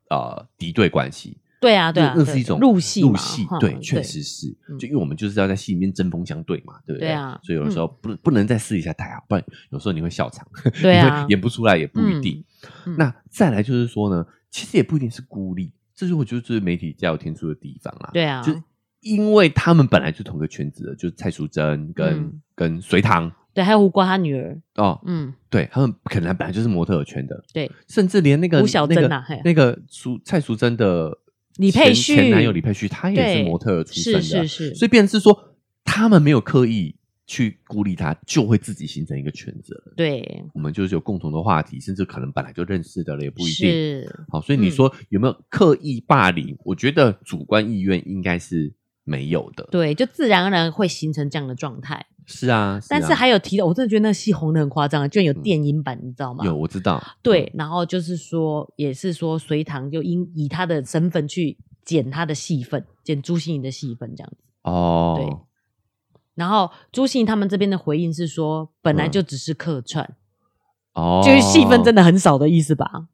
[SPEAKER 1] 呃敌对关系，
[SPEAKER 2] 对啊对啊，
[SPEAKER 1] 那
[SPEAKER 2] 对
[SPEAKER 1] 是一种
[SPEAKER 2] 入戏嘛
[SPEAKER 1] 入戏
[SPEAKER 2] 哈
[SPEAKER 1] 对，确实是，
[SPEAKER 2] 嗯
[SPEAKER 1] 就因为我们就是要在戏里面针锋相对嘛，对不
[SPEAKER 2] 对啊
[SPEAKER 1] 所以有的时候不、不能在私底下太好，不然有时候你会笑场，
[SPEAKER 2] 对啊
[SPEAKER 1] 你会演不出来也不一定。
[SPEAKER 2] 嗯嗯
[SPEAKER 1] 那再来就是说呢，其实也不一定是孤立，这是我觉得这是媒体加油添醋的地方啦，
[SPEAKER 2] 对啊，
[SPEAKER 1] 就是因为他们本来就同个圈子的，就是蔡淑珍跟、
[SPEAKER 2] 嗯
[SPEAKER 1] 跟隋唐
[SPEAKER 2] 对，还有胡瓜他女儿，
[SPEAKER 1] 哦，
[SPEAKER 2] 嗯，
[SPEAKER 1] 对他们可能本来就是模特儿圈的，
[SPEAKER 2] 对，
[SPEAKER 1] 甚至连那个
[SPEAKER 2] 吴小
[SPEAKER 1] 那
[SPEAKER 2] 珍
[SPEAKER 1] 个
[SPEAKER 2] 啊嘿
[SPEAKER 1] 那个苏蔡淑珍的
[SPEAKER 2] 李佩
[SPEAKER 1] 前
[SPEAKER 2] 旭
[SPEAKER 1] 前男友李佩旭，他也是
[SPEAKER 2] 对
[SPEAKER 1] 模特儿出身的
[SPEAKER 2] 是
[SPEAKER 1] 啊，
[SPEAKER 2] 是是，
[SPEAKER 1] 所以变成是说他们没有刻意去孤立他，就会自己形成一个圈子了。
[SPEAKER 2] 对，
[SPEAKER 1] 我们就是有共同的话题，甚至可能本来就认识的了，也不一定。
[SPEAKER 2] 是，嗯
[SPEAKER 1] 好，所以你说有没有刻意霸凌？我觉得主观意愿应该是没有的。
[SPEAKER 2] 对，就自然而然会形成这样的状态。
[SPEAKER 1] 是啊，啊嗯
[SPEAKER 2] 但是还有提到，我真的觉得那戏红的很夸张，居然有电影版，你知道吗？
[SPEAKER 1] 有我嗯知道，
[SPEAKER 2] 对，然后就是说，也是说隋唐就因以他的身份去减他的戏份，减朱心怡的戏份这样子。
[SPEAKER 1] 嗯哦，
[SPEAKER 2] 然后朱心怡他们这边的回应是说，本来
[SPEAKER 1] 嗯
[SPEAKER 2] 就只是客串，
[SPEAKER 1] 哦，
[SPEAKER 2] 就是戏份真的很少的意思吧？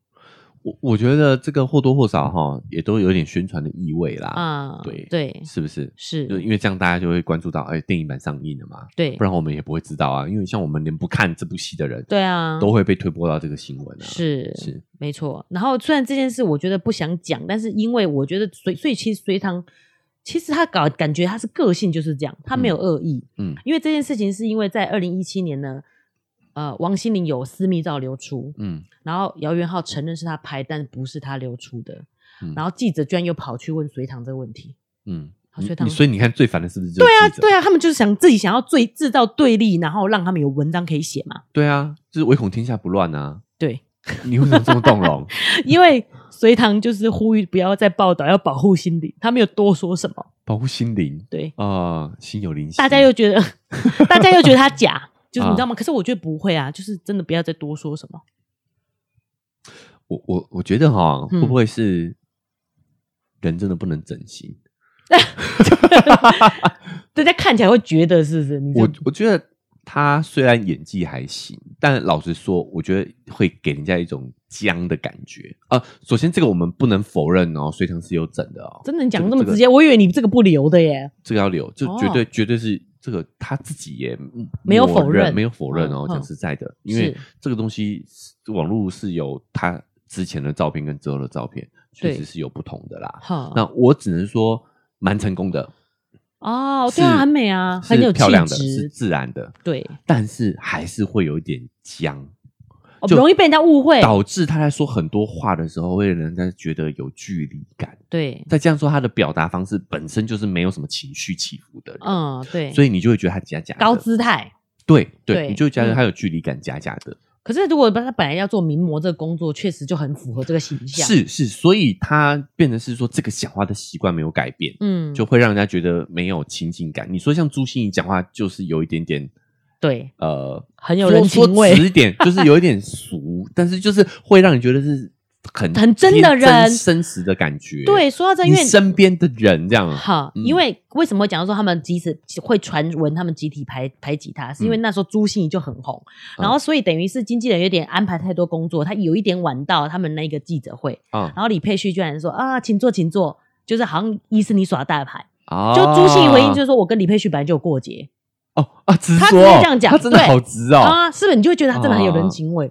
[SPEAKER 1] 我我觉得这个或多或少哈，也都有点宣传的意味啦，
[SPEAKER 2] 啊、
[SPEAKER 1] 对
[SPEAKER 2] 对
[SPEAKER 1] 是不是？就是因为这样，大家就会关注到，哎，电影版上映了嘛，
[SPEAKER 2] 对
[SPEAKER 1] 不然我们也不会知道啊。因为像我们连不看这部戏的人，
[SPEAKER 2] 对啊，
[SPEAKER 1] 都会被推播到这个新闻啊。
[SPEAKER 2] 是
[SPEAKER 1] 是，
[SPEAKER 2] 没错。然后虽然这件事我觉得不想讲，但是因为我觉得隋，所以其实隋唐其实他搞感觉他是个性就是这样，他没有恶意。
[SPEAKER 1] 嗯
[SPEAKER 2] 因为这件事情是因为在二零一七年呢，呃，王心凌有私密照流出，
[SPEAKER 1] 嗯
[SPEAKER 2] 然后姚元浩承认是他拍，但不是他流出的。
[SPEAKER 1] 嗯
[SPEAKER 2] 然后记者居然又跑去问隋唐这个问题。啊
[SPEAKER 1] 嗯，
[SPEAKER 2] 好
[SPEAKER 1] 你
[SPEAKER 2] 所以他
[SPEAKER 1] 你
[SPEAKER 2] 们
[SPEAKER 1] 所以你看最烦的是不是？对啊，
[SPEAKER 2] 对啊，他们就是想自己想要最制造对立，然后让他们有文章可以写嘛。
[SPEAKER 1] 对啊，就是唯恐天下不乱啊！
[SPEAKER 2] 对，
[SPEAKER 1] 你为什么这么动容？
[SPEAKER 2] 因为隋唐就是呼吁不要再报道，要保护心理，他没有多说什么。
[SPEAKER 1] 保护心灵
[SPEAKER 2] 对，
[SPEAKER 1] 啊，心有灵犀。
[SPEAKER 2] 大家又觉得， 大家又觉得他假，就是
[SPEAKER 1] 啊
[SPEAKER 2] 你知道吗？可是我觉得不会啊，就是真的不要再多说什么。
[SPEAKER 1] 我我我觉得哈，会
[SPEAKER 2] 嗯
[SPEAKER 1] 不会是人真的不能整形？
[SPEAKER 2] 大家看起来会觉得是不是？你这
[SPEAKER 1] 我我觉得他虽然演技还行，但老实说，我觉得会给人家一种僵的感觉啊、首先，这个我们不能否认哦，隋唐是有整的哦，
[SPEAKER 2] 真的你讲
[SPEAKER 1] 这
[SPEAKER 2] 得
[SPEAKER 1] 个
[SPEAKER 2] 这么直接，我以为你这个不留的耶。
[SPEAKER 1] 这个要留，就绝对、
[SPEAKER 2] 哦
[SPEAKER 1] 绝对是这个他自己也嗯
[SPEAKER 2] 没有
[SPEAKER 1] 默
[SPEAKER 2] 否认
[SPEAKER 1] 没有否认哦。
[SPEAKER 2] 嗯嗯
[SPEAKER 1] 讲实在的，因为
[SPEAKER 2] 是
[SPEAKER 1] 这个东西是网络是有他之前的照片跟之后的照片，确
[SPEAKER 2] 对
[SPEAKER 1] 实是有不同的啦。
[SPEAKER 2] 哈
[SPEAKER 1] 那我只能说蛮成功的，
[SPEAKER 2] 哦，
[SPEAKER 1] 是
[SPEAKER 2] 对啊，很美啊，
[SPEAKER 1] 是
[SPEAKER 2] 很有气
[SPEAKER 1] 漂亮的，是
[SPEAKER 2] 质，
[SPEAKER 1] 自然的，
[SPEAKER 2] 对，
[SPEAKER 1] 但是还是会有一点僵。
[SPEAKER 2] 哦
[SPEAKER 1] 就
[SPEAKER 2] 容易被人家误会。
[SPEAKER 1] 导致他在说很多话的时候，会让人家觉得有距离感。
[SPEAKER 2] 对，
[SPEAKER 1] 再这样说，他的表达方式本身就是没有什么情绪起伏的人，
[SPEAKER 2] 嗯，对，
[SPEAKER 1] 所
[SPEAKER 2] 以
[SPEAKER 1] 以你就会觉得他假假的
[SPEAKER 2] 高姿态。
[SPEAKER 1] 对对，
[SPEAKER 2] 对
[SPEAKER 1] 你就会觉得
[SPEAKER 2] 嗯
[SPEAKER 1] 他有距离感，假假的。
[SPEAKER 2] 可是如果他本来要做名模这个工作，确实就很符合这个形象。，
[SPEAKER 1] 是是，所以他变成是说这个讲话的习惯没有改变，
[SPEAKER 2] 嗯，
[SPEAKER 1] 就会让人家觉得没有亲近感。你说像朱心怡讲话，就是有一点点
[SPEAKER 2] 对，
[SPEAKER 1] 呃，
[SPEAKER 2] 很有
[SPEAKER 1] 说
[SPEAKER 2] 人情
[SPEAKER 1] 说
[SPEAKER 2] 味
[SPEAKER 1] 直一点，就是有一点俗，但是就是会让你觉得是很
[SPEAKER 2] 很真的人
[SPEAKER 1] 真真实的感觉。
[SPEAKER 2] 对，，说到这，因
[SPEAKER 1] 你
[SPEAKER 2] 为
[SPEAKER 1] 身边的人这样，
[SPEAKER 2] 好，
[SPEAKER 1] 嗯
[SPEAKER 2] 因为为什么会讲到说他们即使会传闻他们集体排排挤他，是因为那时候朱心怡就很红，
[SPEAKER 1] 嗯
[SPEAKER 2] 然后所以等于是经纪人有点安排太多工作，他有一点晚到他们那个记者会，
[SPEAKER 1] 啊
[SPEAKER 2] 然后李佩旭居然说啊，请坐，请坐，就是好像疑似你耍大牌，
[SPEAKER 1] 啊
[SPEAKER 2] 就朱心怡回应就是说我跟李佩旭本来就有过节
[SPEAKER 1] 哦啊，直
[SPEAKER 2] 他
[SPEAKER 1] 说
[SPEAKER 2] 直接
[SPEAKER 1] 哦
[SPEAKER 2] 这样讲
[SPEAKER 1] 他真的
[SPEAKER 2] 对
[SPEAKER 1] 好直哦，
[SPEAKER 2] 啊，是不是？你就会觉得他真的很有人情味，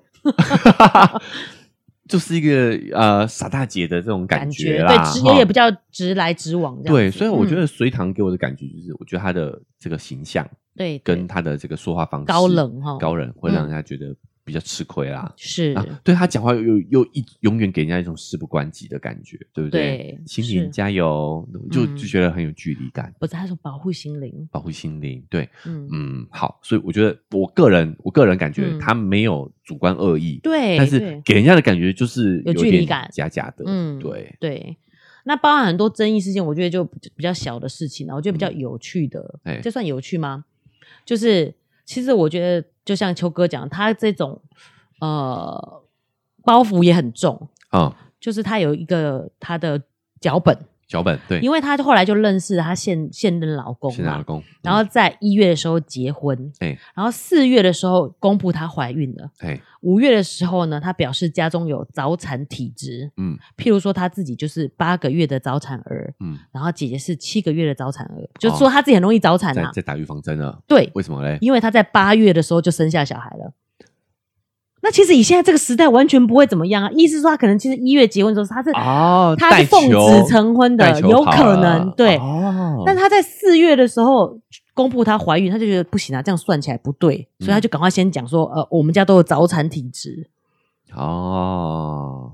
[SPEAKER 1] 就是一个呃傻大姐的这种
[SPEAKER 2] 感
[SPEAKER 1] 觉啦，
[SPEAKER 2] 对，直
[SPEAKER 1] 哈
[SPEAKER 2] 也比较直来直往这样子。
[SPEAKER 1] 对，所以我觉
[SPEAKER 2] 嗯
[SPEAKER 1] 得隋唐给我的感觉就是，我觉得他的这个形象
[SPEAKER 2] 对对
[SPEAKER 1] 跟他的这个说话方式
[SPEAKER 2] 高冷哈
[SPEAKER 1] 高冷会让人家觉得比较吃亏啦。
[SPEAKER 2] 是
[SPEAKER 1] 啊，对他讲话又又又一永远给人家一种事不关己的感觉，对不对
[SPEAKER 2] 对？
[SPEAKER 1] 心
[SPEAKER 2] 是
[SPEAKER 1] 灵加油，就
[SPEAKER 2] 嗯
[SPEAKER 1] 就觉得很有距离感，
[SPEAKER 2] 不是他说保护心灵，
[SPEAKER 1] 保护心灵。对，
[SPEAKER 2] 嗯，
[SPEAKER 1] 嗯，好，所以我觉得我个人我个人感觉
[SPEAKER 2] 嗯
[SPEAKER 1] 他没有主观恶意，
[SPEAKER 2] 对，
[SPEAKER 1] 但是
[SPEAKER 2] 哎对
[SPEAKER 1] 给人家的感觉就是
[SPEAKER 2] 有距
[SPEAKER 1] 点
[SPEAKER 2] 离感
[SPEAKER 1] 假假的。
[SPEAKER 2] 嗯
[SPEAKER 1] 对，
[SPEAKER 2] 对，那包含很多争议事件，我觉得就比比较小的事情啊，我觉得比较有趣的，
[SPEAKER 1] 嗯哎
[SPEAKER 2] 这算有趣吗？就是其实我觉得，就像秋哥讲，他这种呃包袱也很重，
[SPEAKER 1] 啊，
[SPEAKER 2] 就是他有一个他的脚本，
[SPEAKER 1] 脚本对，
[SPEAKER 2] 因为他后来就认识他现现任老公
[SPEAKER 1] 是
[SPEAKER 2] 嘛
[SPEAKER 1] 老公，
[SPEAKER 2] 然后在一月的时候结婚，
[SPEAKER 1] 哎
[SPEAKER 2] 然后四月的时候公布她怀孕了，
[SPEAKER 1] 哎
[SPEAKER 2] 五月的时候呢，她表示家中有早产体质，
[SPEAKER 1] 嗯
[SPEAKER 2] 譬如说她自己就是八个月的早产儿，
[SPEAKER 1] 嗯，
[SPEAKER 2] 然后姐姐是七个月的早产儿，就是说她自己很容易早产
[SPEAKER 1] 哦在
[SPEAKER 2] 啊。
[SPEAKER 1] 在打预防针了，
[SPEAKER 2] 对，
[SPEAKER 1] 为什么嘞？
[SPEAKER 2] 因为她在八月的时候就生下小孩了。那其实以现在这个时代完全不会怎么样啊，意思是说她可能其实一月结婚的时候她是
[SPEAKER 1] 哦
[SPEAKER 2] 她是
[SPEAKER 1] 带
[SPEAKER 2] 奉
[SPEAKER 1] 球
[SPEAKER 2] 子成婚
[SPEAKER 1] 带
[SPEAKER 2] 的，
[SPEAKER 1] 球
[SPEAKER 2] 有
[SPEAKER 1] 跑
[SPEAKER 2] 可
[SPEAKER 1] 了
[SPEAKER 2] 能对。
[SPEAKER 1] 哦，
[SPEAKER 2] 但她在四月的时候公布她怀孕，她就觉得不行啊，这样算起来不对，
[SPEAKER 1] 嗯
[SPEAKER 2] 所以她就赶快先讲说，呃，我们家都有早产体质，
[SPEAKER 1] 哦，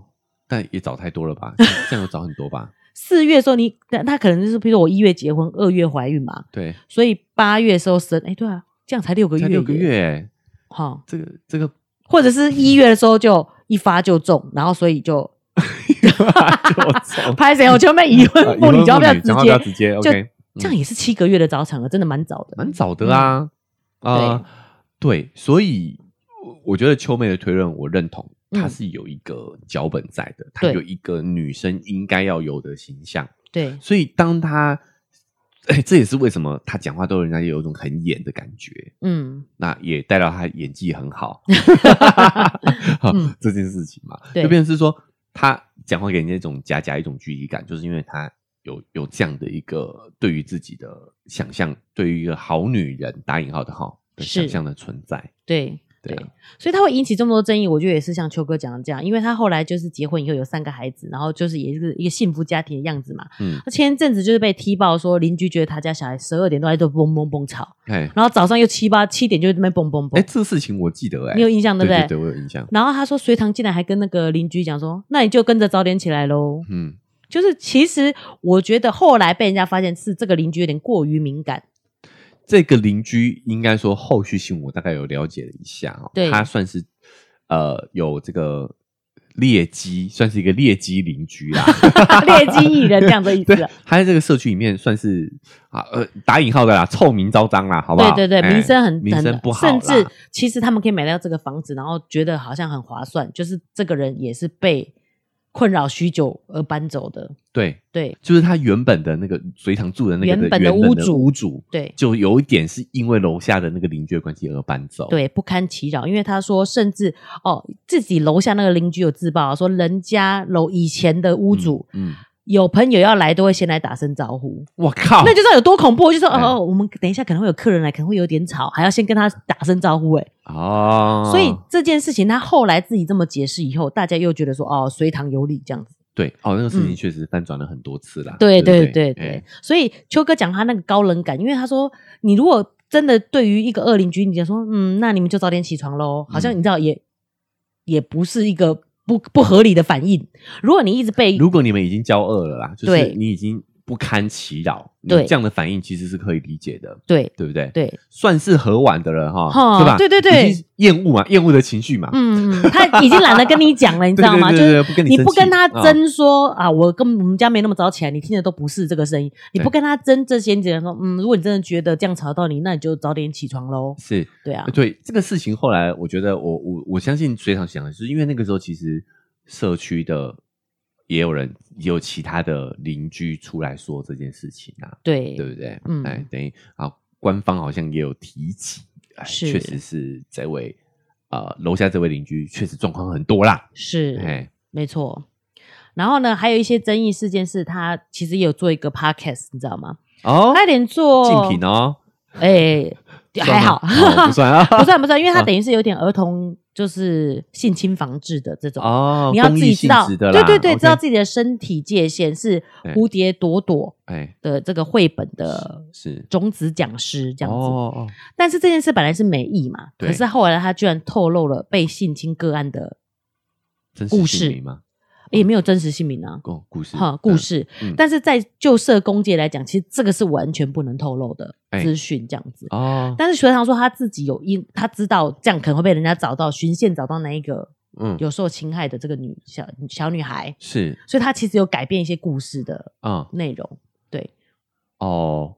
[SPEAKER 1] 但也找太多了吧？这样有找很多吧？
[SPEAKER 2] 四月的时候你，但她可能就是，比如说我一月结婚，二月怀孕嘛，
[SPEAKER 1] 对，
[SPEAKER 2] 所以八月的时候生，哎，对啊，这样才 六个月
[SPEAKER 1] 才
[SPEAKER 2] 耶，
[SPEAKER 1] 六个月，
[SPEAKER 2] 哈、
[SPEAKER 1] 这个这个
[SPEAKER 2] 或者是一月的时候就一发就中，然后所以就
[SPEAKER 1] 就从
[SPEAKER 2] 拍谁？我前面已
[SPEAKER 1] 啊
[SPEAKER 2] 婚妇女就要 不要直
[SPEAKER 1] 讲话不要
[SPEAKER 2] 接？
[SPEAKER 1] 直接？OK，
[SPEAKER 2] 这样也是七个月的早产儿，真的蛮早的。
[SPEAKER 1] 蛮早的啊，
[SPEAKER 2] 嗯
[SPEAKER 1] 啊，对，所以我我觉得秋妹的推论我认同，
[SPEAKER 2] 嗯
[SPEAKER 1] 她是有一个脚本在的，她
[SPEAKER 2] 对
[SPEAKER 1] 有一个女生应该要有的形象。
[SPEAKER 2] 对，
[SPEAKER 1] 所以当他，哎、这也是为什么他讲话都人家有一种很演的感觉，
[SPEAKER 2] 嗯，
[SPEAKER 1] 那也带到他演技很 好，
[SPEAKER 2] 嗯
[SPEAKER 1] 这件事情嘛，
[SPEAKER 2] 对
[SPEAKER 1] 就变成是说他讲话给人家一种假假一种距离感，就是因为他有有这样的一个对于自己的想象，对于一个好女人打引号的好的
[SPEAKER 2] 是
[SPEAKER 1] 想象的存在，
[SPEAKER 2] 对。
[SPEAKER 1] 对啊，
[SPEAKER 2] 所以他会引起这么多争议，我觉得也是像秋哥讲的这样，因为他后来就是结婚以后有三个孩子，然后就是也是一个幸福家庭的样子嘛。
[SPEAKER 1] 嗯，
[SPEAKER 2] 他前一阵子就是被踢爆说邻居觉得他家小孩十二点都在这蹦蹦蹦吵，
[SPEAKER 1] 哎
[SPEAKER 2] 然后早上又七八七点就在那边蹦蹦
[SPEAKER 1] 哎，
[SPEAKER 2] 蹦，
[SPEAKER 1] 这个事情我记得哎、
[SPEAKER 2] 你有印象对
[SPEAKER 1] 对
[SPEAKER 2] 不对？
[SPEAKER 1] 对对，我有印象，
[SPEAKER 2] 然后他说隋唐竟然还跟那个邻居讲说，那你就跟着早点起来喽。
[SPEAKER 1] 嗯，
[SPEAKER 2] 就是其实我觉得后来被人家发现是这个邻居有点过于敏感，
[SPEAKER 1] 这个邻居应该说后续新闻我大概有了解了一下哦，
[SPEAKER 2] 对
[SPEAKER 1] 他算是呃有这个劣迹，算是一个劣迹邻居 啦。
[SPEAKER 2] 劣迹艺人这样的意思 啊
[SPEAKER 1] 对。，他在这个社区里面算是啊呃打引号的啦，臭名昭彰啦，好不好？
[SPEAKER 2] 对对对，
[SPEAKER 1] 哎
[SPEAKER 2] 名声很
[SPEAKER 1] 名声
[SPEAKER 2] 很
[SPEAKER 1] 不好啦，
[SPEAKER 2] 甚至其实他们可以买到这个房子，然后觉得好像很划算，就是这个人也是被困扰许久而搬走的。
[SPEAKER 1] 对，
[SPEAKER 2] 对
[SPEAKER 1] 就是他原本的那个隋唐住的那个
[SPEAKER 2] 原
[SPEAKER 1] 原
[SPEAKER 2] 本的屋
[SPEAKER 1] 屋
[SPEAKER 2] 主
[SPEAKER 1] 屋主
[SPEAKER 2] 对
[SPEAKER 1] 就有一点是因为楼下的那个邻居的关系而搬走。
[SPEAKER 2] 对，不堪其扰，因为他说甚至哦，自己楼下那个邻居有自曝说，人家楼以前的屋
[SPEAKER 1] 嗯，
[SPEAKER 2] 主。
[SPEAKER 1] 嗯，
[SPEAKER 2] 有朋友要来，都会先来打声招呼，
[SPEAKER 1] 我靠，
[SPEAKER 2] 那就知道有多恐怖。就说
[SPEAKER 1] 哦哎
[SPEAKER 2] 哦，我们等一下可能会有客人来，可能会有点吵，还要先跟他打声招呼。哎，
[SPEAKER 1] 哦，
[SPEAKER 2] 所以这件事情他后来自己这么解释以后，大家又觉得说哦，隋唐有理这样子。
[SPEAKER 1] 对哦，那个事情
[SPEAKER 2] 嗯
[SPEAKER 1] 确实翻转了很多次啦。
[SPEAKER 2] 对
[SPEAKER 1] 对
[SPEAKER 2] 对
[SPEAKER 1] 不
[SPEAKER 2] 对
[SPEAKER 1] 哎
[SPEAKER 2] 对，所以秋哥讲他那个高冷感，因为他说你如果真的对于一个恶邻居，你就说嗯，那你们就早点起床喽，好像你知
[SPEAKER 1] 嗯
[SPEAKER 2] 道也也不是一个不不合理的反应。如果你一直被
[SPEAKER 1] 如果你们已经交恶了啦，就
[SPEAKER 2] 对
[SPEAKER 1] 是你已经不堪其扰，你
[SPEAKER 2] 对
[SPEAKER 1] 这样的反应其实是可以理解的，
[SPEAKER 2] 对
[SPEAKER 1] 对不对？，
[SPEAKER 2] 对，
[SPEAKER 1] 算是和婉的了哈，
[SPEAKER 2] 哈
[SPEAKER 1] 是吧？
[SPEAKER 2] 对对对
[SPEAKER 1] 已经厌恶嘛，厌恶的情绪嘛，
[SPEAKER 2] 嗯，他已经懒得跟你讲了，你知
[SPEAKER 1] 对，
[SPEAKER 2] 道
[SPEAKER 1] 对
[SPEAKER 2] 吗？
[SPEAKER 1] 对
[SPEAKER 2] 就是
[SPEAKER 1] 对对不跟
[SPEAKER 2] 你
[SPEAKER 1] 生
[SPEAKER 2] 不跟
[SPEAKER 1] 气
[SPEAKER 2] 他
[SPEAKER 1] 啊
[SPEAKER 2] 争说啊我跟我们家没那么早起来，你听的都不是这个声音。你不
[SPEAKER 1] 对
[SPEAKER 2] 跟他争这些，你只能说，嗯，如果你真的觉得这样吵到你，那你就早点起床喽。
[SPEAKER 1] 是
[SPEAKER 2] 对啊，
[SPEAKER 1] 对这个事情，后来我觉得我我我相信隋唐想的是，因为那个时候其实社区的也有人也有其他的邻居出来说这件事情啊，
[SPEAKER 2] 对
[SPEAKER 1] 对不对？
[SPEAKER 2] 嗯
[SPEAKER 1] 哎，等于啊，官方好像也有提及，哎，
[SPEAKER 2] 是
[SPEAKER 1] 确实是这位呃楼下这位邻居确实状况很多啦，
[SPEAKER 2] 是，
[SPEAKER 1] 哎，
[SPEAKER 2] 没错。然后呢，还有一些争议事件是他其实也有做一个 podcast，你知道吗？
[SPEAKER 1] 哦，
[SPEAKER 2] 他连做
[SPEAKER 1] 竞品，哦，
[SPEAKER 2] 哎、 还好，
[SPEAKER 1] 算吗哦不 算啊，
[SPEAKER 2] 不算不算，因为他
[SPEAKER 1] 啊
[SPEAKER 2] 等于是有点儿童就是性侵防治的这种，
[SPEAKER 1] 哦，
[SPEAKER 2] 你要自
[SPEAKER 1] 公益
[SPEAKER 2] 己知
[SPEAKER 1] 性
[SPEAKER 2] 道，
[SPEAKER 1] 质的啦
[SPEAKER 2] 对对对，
[SPEAKER 1] OK
[SPEAKER 2] 知道自己的身体界限是
[SPEAKER 1] 对
[SPEAKER 2] 蝴蝶朵朵
[SPEAKER 1] 哎
[SPEAKER 2] 的这个绘本的
[SPEAKER 1] 是
[SPEAKER 2] 种子讲师这样子。
[SPEAKER 1] 哦哦，
[SPEAKER 2] 但是这件事本来是美意嘛，
[SPEAKER 1] 对
[SPEAKER 2] 可是后来他居然透露了被性侵个案的，
[SPEAKER 1] 真实
[SPEAKER 2] 故
[SPEAKER 1] 姓
[SPEAKER 2] 事
[SPEAKER 1] 名吗？
[SPEAKER 2] 也没有真实姓名啊。
[SPEAKER 1] 故故事
[SPEAKER 2] 哈，故
[SPEAKER 1] 嗯
[SPEAKER 2] 事，
[SPEAKER 1] 嗯
[SPEAKER 2] 但是在就社工界来讲，其实这个是完全不能透露的
[SPEAKER 1] 哎
[SPEAKER 2] 资讯，这样子。
[SPEAKER 1] 哦，
[SPEAKER 2] 但是学堂说他自己有因，他知道这样可能会被人家找到，循线找到那一个
[SPEAKER 1] 嗯，
[SPEAKER 2] 有受侵害的这个女小小女孩，
[SPEAKER 1] 是
[SPEAKER 2] 所以他其实有改变一些故事的
[SPEAKER 1] 嗯
[SPEAKER 2] 内容。对，
[SPEAKER 1] 哦，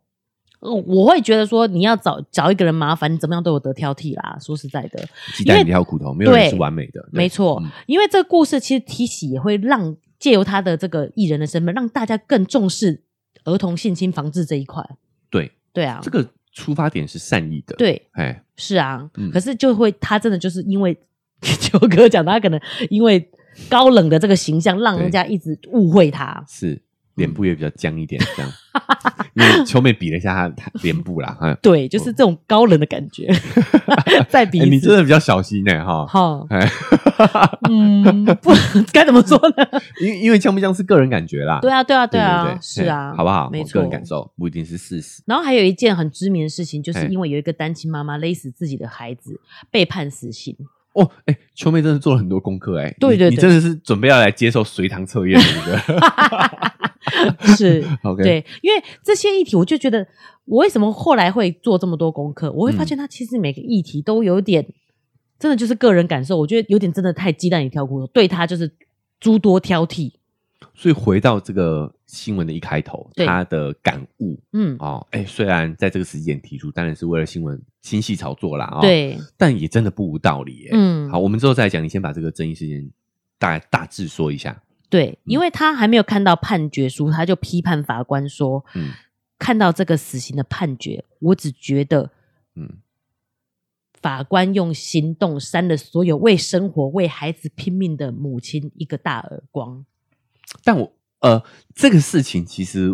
[SPEAKER 2] 呃我会觉得说你要找找一个人麻烦，你怎么样都有得挑剔啦。说实在的，
[SPEAKER 1] 鸡
[SPEAKER 2] 因
[SPEAKER 1] 蛋
[SPEAKER 2] 为
[SPEAKER 1] 里挑骨头，没有人
[SPEAKER 2] 对
[SPEAKER 1] 是完美的，对
[SPEAKER 2] 没错，
[SPEAKER 1] 嗯
[SPEAKER 2] 因为这个故事其实提起也会让借由他的这个艺人的身份，让大家更重视儿童性侵防治这一块。
[SPEAKER 1] 对，
[SPEAKER 2] 对啊
[SPEAKER 1] 这，个出发点是善意的，，
[SPEAKER 2] 对，
[SPEAKER 1] 哎，
[SPEAKER 2] 是啊，
[SPEAKER 1] 嗯
[SPEAKER 2] 可是就会他真的就是因为 九哥讲的，他可能因为高冷的这个形象，让人家一直误会他。
[SPEAKER 1] 是脸
[SPEAKER 2] 嗯
[SPEAKER 1] 部也比较僵一点，这样。因 为秋妹比了一下她她脸部啦，哈，
[SPEAKER 2] 对，就是这种高冷的 感觉，在比
[SPEAKER 1] 哦哎你
[SPEAKER 2] 一
[SPEAKER 1] 真
[SPEAKER 2] 次。
[SPEAKER 1] 的比较小心呢，哈。
[SPEAKER 2] 哈，
[SPEAKER 1] 哎，
[SPEAKER 2] 嗯，不该怎么说呢？
[SPEAKER 1] 因因为像不像是个人感觉啦，
[SPEAKER 2] 对啊，对啊，
[SPEAKER 1] 对
[SPEAKER 2] 啊
[SPEAKER 1] 对，
[SPEAKER 2] 是啊
[SPEAKER 1] 哎，好不好？
[SPEAKER 2] 没
[SPEAKER 1] 我
[SPEAKER 2] 错
[SPEAKER 1] 个人感。受不一定是事实，
[SPEAKER 2] 然后还有一件很知名的事情，就是
[SPEAKER 1] 嘿
[SPEAKER 2] 因为有一个单亲妈妈勒死自己的孩子，被判 死刑。
[SPEAKER 1] 哦，哎、秋妹真的做了很多功课、哎，
[SPEAKER 2] 对
[SPEAKER 1] 你
[SPEAKER 2] 对
[SPEAKER 1] 你
[SPEAKER 2] 对
[SPEAKER 1] 真的是准备要来接受随堂测验了，对不 对
[SPEAKER 2] 是，
[SPEAKER 1] ？OK，
[SPEAKER 2] 对，因为这些议题，我就觉得我为什么后来会做这么多功课，我会
[SPEAKER 1] 嗯
[SPEAKER 2] 发现它其实每个议题都有点，真的就是个人感受，我觉得有点真的太鸡蛋里挑骨头，对它就是诸多挑剔。
[SPEAKER 1] 所以回到这个新闻的一开头，
[SPEAKER 2] 对
[SPEAKER 1] 他的感悟
[SPEAKER 2] 嗯，
[SPEAKER 1] 哦，哎、虽然在这个时间提出，当然是为了新闻新戏炒作啦，哦，，
[SPEAKER 2] 对，
[SPEAKER 1] 但也真的不无道理、哎、
[SPEAKER 2] 嗯
[SPEAKER 1] 好，，我们之后再讲，你先把这个争议事件大大致说一下，
[SPEAKER 2] 对，因为他还没有看到判决书，他就批判法官说，
[SPEAKER 1] 嗯
[SPEAKER 2] 看到这个死刑的判决，我只觉得
[SPEAKER 1] 嗯，
[SPEAKER 2] 法官用行动扇了所有为生活、为孩子拼命的母亲一个大耳光。
[SPEAKER 1] 但我呃，这个事情其实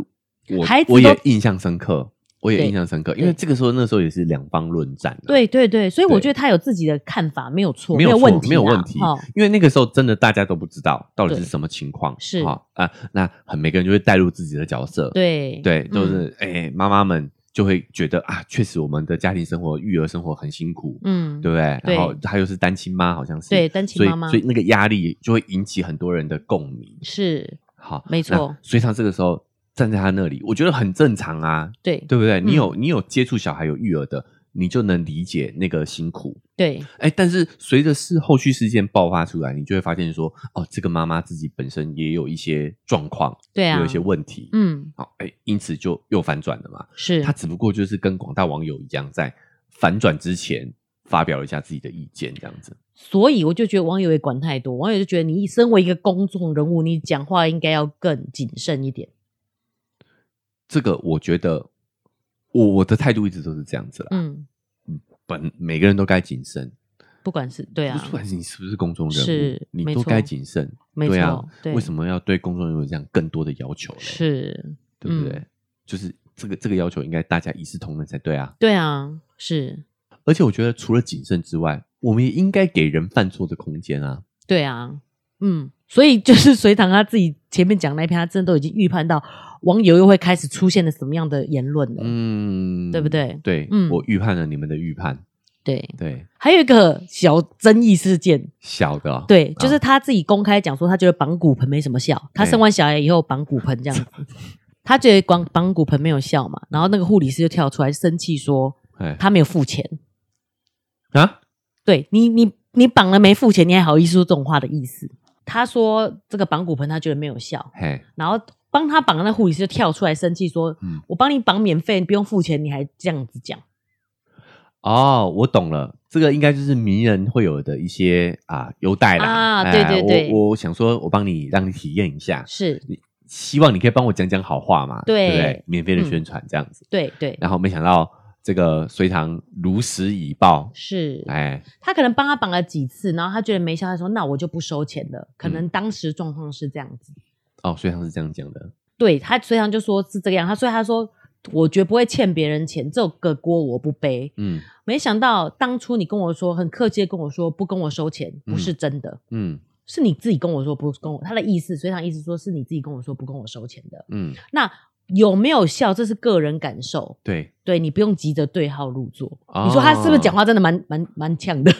[SPEAKER 1] 我
[SPEAKER 2] 孩子
[SPEAKER 1] 我也
[SPEAKER 2] 都
[SPEAKER 1] 印象深刻，我也
[SPEAKER 2] 对
[SPEAKER 1] 印象深刻，因为
[SPEAKER 2] 对
[SPEAKER 1] 这个时候那时候也是两方论战、啊，
[SPEAKER 2] 对对对，所以我
[SPEAKER 1] 对
[SPEAKER 2] 觉得他有自己的看法，没有错，
[SPEAKER 1] 没
[SPEAKER 2] 有
[SPEAKER 1] 有
[SPEAKER 2] 问题，
[SPEAKER 1] 没有问题
[SPEAKER 2] 哦，，
[SPEAKER 1] 因为那个时候真的大家都不知道到底是
[SPEAKER 2] 对
[SPEAKER 1] 什么情况，
[SPEAKER 2] 是
[SPEAKER 1] 啊啊，那很每个人就会带入自己的角色，
[SPEAKER 2] 对
[SPEAKER 1] 对，就
[SPEAKER 2] 嗯
[SPEAKER 1] 是哎，妈妈们就会觉得啊，确实我们的家庭生活、育儿生活很辛苦，
[SPEAKER 2] 嗯，
[SPEAKER 1] 对不对？
[SPEAKER 2] 对
[SPEAKER 1] 然后她又是单亲妈，好像是
[SPEAKER 2] 对，，单亲
[SPEAKER 1] 所以
[SPEAKER 2] 妈妈
[SPEAKER 1] 所以那个压力就会引起很多人的共鸣，
[SPEAKER 2] 是
[SPEAKER 1] 好，
[SPEAKER 2] 没错
[SPEAKER 1] 那所以她这个时候站在她那里，我觉得很正常啊，
[SPEAKER 2] 对
[SPEAKER 1] 对不对？你有你有接触小孩有育儿的，你就能理解那个辛苦，
[SPEAKER 2] 对
[SPEAKER 1] 哎，但是随着事后续事件爆发出来，你就会发现说，哦，这个妈妈自己本身也有一些状况，
[SPEAKER 2] 对啊
[SPEAKER 1] 有一，些问题，
[SPEAKER 2] 嗯，
[SPEAKER 1] 好、哎，因此就又反转了嘛。
[SPEAKER 2] 是
[SPEAKER 1] 她只不过就是跟广大网友一样，在反转之前发表了一下自己的意见，这样子。
[SPEAKER 2] 所以我就觉得网友也管太多，网友就觉得你身为一个公众人物，你讲话应该要更谨慎一点。
[SPEAKER 1] 这个我觉得，我我的态度一直都是这样子啦。
[SPEAKER 2] 嗯，
[SPEAKER 1] 本每个人都该谨慎，
[SPEAKER 2] 不管是对
[SPEAKER 1] 不
[SPEAKER 2] 啊
[SPEAKER 1] 是，不管你是不是公众人物，
[SPEAKER 2] 是
[SPEAKER 1] 你
[SPEAKER 2] 没
[SPEAKER 1] 都
[SPEAKER 2] 错
[SPEAKER 1] 该谨慎。
[SPEAKER 2] 没
[SPEAKER 1] 对啊
[SPEAKER 2] 错，对，
[SPEAKER 1] 为什么要对公众人物有这样更多的要求呢？
[SPEAKER 2] 是？
[SPEAKER 1] 对不
[SPEAKER 2] 嗯
[SPEAKER 1] 对？就是这个这个要求应该大家一视同仁才对啊。
[SPEAKER 2] 对啊，是，
[SPEAKER 1] 而且我觉得除了谨慎之外，我们也应该给人犯错的空间啊。
[SPEAKER 2] 对啊，嗯，所以就是隋唐他自己前面讲那一篇，他真的都已经预判到网友又会开始出现了什么样的言论了。
[SPEAKER 1] 嗯，
[SPEAKER 2] 对不对
[SPEAKER 1] 对，
[SPEAKER 2] 嗯
[SPEAKER 1] 我预判了你们的预判。
[SPEAKER 2] 对，
[SPEAKER 1] 对，
[SPEAKER 2] 还有一个小争议事件，
[SPEAKER 1] 小的哦、
[SPEAKER 2] 对，
[SPEAKER 1] 啊
[SPEAKER 2] 就是他自己公开讲说，他觉得绑骨盆没什么效，他
[SPEAKER 1] 对
[SPEAKER 2] 生完小孩以后绑骨盆这样子，他觉得绑绑骨盆没有效嘛，然后那个护理师就跳出来生气说，
[SPEAKER 1] 哎
[SPEAKER 2] 他没有付钱，
[SPEAKER 1] 啊，
[SPEAKER 2] 对你你你绑了没付钱，你还好意思说这种话的意思？他说这个绑骨盆他觉得没有效，
[SPEAKER 1] 嘿，
[SPEAKER 2] 然后帮他绑的那护理师就跳出来生气说：“
[SPEAKER 1] 嗯
[SPEAKER 2] 我帮你绑免费，你不用付钱，你还这样子讲。
[SPEAKER 1] 哦，我懂了，这个应该就是名人会有的一些啊优待啦。
[SPEAKER 2] 啊
[SPEAKER 1] 哎
[SPEAKER 2] 对对对
[SPEAKER 1] 我我想说，我帮你让你体验一下，
[SPEAKER 2] 是
[SPEAKER 1] 希望你可以帮我讲讲好话嘛，
[SPEAKER 2] 对
[SPEAKER 1] 不对？免费的
[SPEAKER 2] 嗯
[SPEAKER 1] 宣传这样子。
[SPEAKER 2] 对对
[SPEAKER 1] 然后没想到这个隋唐如实以报，
[SPEAKER 2] 是，
[SPEAKER 1] 哎，
[SPEAKER 2] 他可能帮他绑了几次，然后他觉得没效，他说那我就不收钱了。可
[SPEAKER 1] 嗯
[SPEAKER 2] 能当时状况是这样子，
[SPEAKER 1] 哦，隋唐是这样讲的，
[SPEAKER 2] 对他，隋唐就说是这个样，他所以他说我绝不会欠别人钱，这个锅我不背。
[SPEAKER 1] 嗯
[SPEAKER 2] 没想到当初你跟我说很客气的跟我说不跟我收钱，不是真的，
[SPEAKER 1] 嗯
[SPEAKER 2] 是你自己跟我说不跟我，他的意思，隋唐意思说是你自己跟我说不跟我收钱的。
[SPEAKER 1] 嗯，
[SPEAKER 2] 那有没有效，这是个人感受，
[SPEAKER 1] 对，
[SPEAKER 2] 对你不用急着对号入座。
[SPEAKER 1] 哦
[SPEAKER 2] 你说他是不是讲话真的蛮蛮蛮呛的？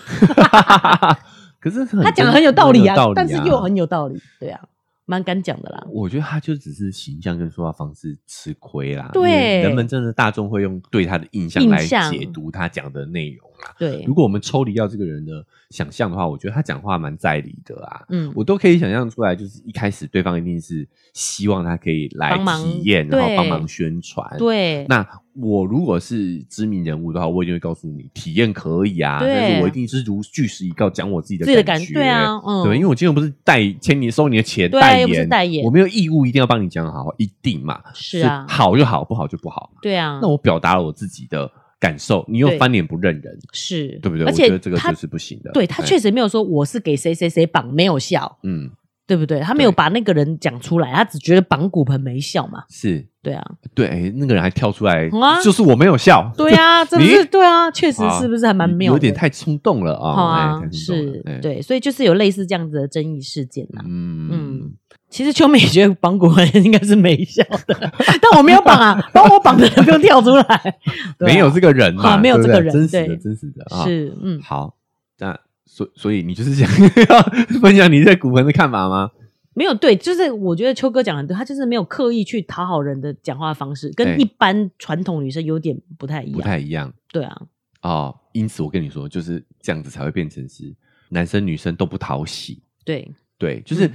[SPEAKER 1] 可是很
[SPEAKER 2] 他讲的很有道理啊，
[SPEAKER 1] 嗯很有道
[SPEAKER 2] 但是又很有道理，对啊，蛮敢讲的啦。
[SPEAKER 1] 我觉得他就只是形象跟说话方式吃亏啦。
[SPEAKER 2] 对
[SPEAKER 1] 因为人们真的大众会用对他的印象
[SPEAKER 2] 印
[SPEAKER 1] 来
[SPEAKER 2] 象
[SPEAKER 1] 解读他讲的内容啦。
[SPEAKER 2] 对
[SPEAKER 1] 如，果我们抽离掉这个人的想象的话，我觉得他讲话蛮在理的啊。
[SPEAKER 2] 嗯，
[SPEAKER 1] 我都可以想象出来，就是一开始对方一定是希望他可以来
[SPEAKER 2] 帮忙
[SPEAKER 1] 体验，然后
[SPEAKER 2] 对
[SPEAKER 1] 帮忙宣传。，
[SPEAKER 2] 对，
[SPEAKER 1] 那我如果是知名人物的话，我一定会告诉你，体验可以啊，
[SPEAKER 2] 对
[SPEAKER 1] 但是我一定是如据实以告，讲我自己的
[SPEAKER 2] 自己的
[SPEAKER 1] 感
[SPEAKER 2] 感
[SPEAKER 1] 觉。
[SPEAKER 2] 对啊，嗯，
[SPEAKER 1] 对，因为我今天又不是代签你收你的钱
[SPEAKER 2] 对啊
[SPEAKER 1] 代
[SPEAKER 2] 又不是
[SPEAKER 1] 言，
[SPEAKER 2] 代言
[SPEAKER 1] 我没有义务一定要帮你讲好，一定嘛？
[SPEAKER 2] 是啊
[SPEAKER 1] 所以好就好，不好就不好。
[SPEAKER 2] 对啊
[SPEAKER 1] 那，我表达了我自己的感受，你又
[SPEAKER 2] 对
[SPEAKER 1] 翻脸不认人，
[SPEAKER 2] 是，
[SPEAKER 1] 对不对？
[SPEAKER 2] 而
[SPEAKER 1] 我
[SPEAKER 2] 且
[SPEAKER 1] 觉得这个
[SPEAKER 2] 他
[SPEAKER 1] 就是不行的。
[SPEAKER 2] 对他
[SPEAKER 1] 哎
[SPEAKER 2] 确实没有说我是给谁谁谁绑，没有效，
[SPEAKER 1] 嗯
[SPEAKER 2] 对不对？他没有
[SPEAKER 1] 对
[SPEAKER 2] 把那个人讲出来，他只觉得绑骨盆没效嘛，
[SPEAKER 1] 是
[SPEAKER 2] 对啊，
[SPEAKER 1] 对，哎，那个人还跳出来
[SPEAKER 2] 嗯啊，
[SPEAKER 1] 就是我没有笑，
[SPEAKER 2] 对 啊，这不
[SPEAKER 1] 你
[SPEAKER 2] 是对啊，确实
[SPEAKER 1] 啊
[SPEAKER 2] 是不是还蛮
[SPEAKER 1] 有
[SPEAKER 2] 妙的？
[SPEAKER 1] 点太冲动了
[SPEAKER 2] 好
[SPEAKER 1] 啊，哎
[SPEAKER 2] 啊
[SPEAKER 1] 太，冲动了
[SPEAKER 2] 是，
[SPEAKER 1] 哎，
[SPEAKER 2] 对，所以就是有类似这样子的争议事件啦。
[SPEAKER 1] 嗯
[SPEAKER 2] 嗯，其实秋美觉得绑骨盆应该是没效的， 但我没有绑啊，帮我绑的人不用跳出来，对啊
[SPEAKER 1] 没有这个人嘛，
[SPEAKER 2] 啊没有
[SPEAKER 1] 对不
[SPEAKER 2] 这个
[SPEAKER 1] 对
[SPEAKER 2] 人
[SPEAKER 1] 真实的，
[SPEAKER 2] 对
[SPEAKER 1] 真实的啊，
[SPEAKER 2] 是嗯，
[SPEAKER 1] 好，那所所以你就是想 要分享你对古盆的看法吗？
[SPEAKER 2] 没有对，就是我觉得秋哥讲的很对，他就是没有刻意去讨好人的讲话方式，
[SPEAKER 1] 哎
[SPEAKER 2] 跟一般传统女生有点不太一
[SPEAKER 1] 不
[SPEAKER 2] 样，
[SPEAKER 1] 太一样
[SPEAKER 2] 对啊，
[SPEAKER 1] 哦，因此我跟你说，就是这样子才会变成是男生女生都不讨喜，
[SPEAKER 2] 对
[SPEAKER 1] 对，就是
[SPEAKER 2] 嗯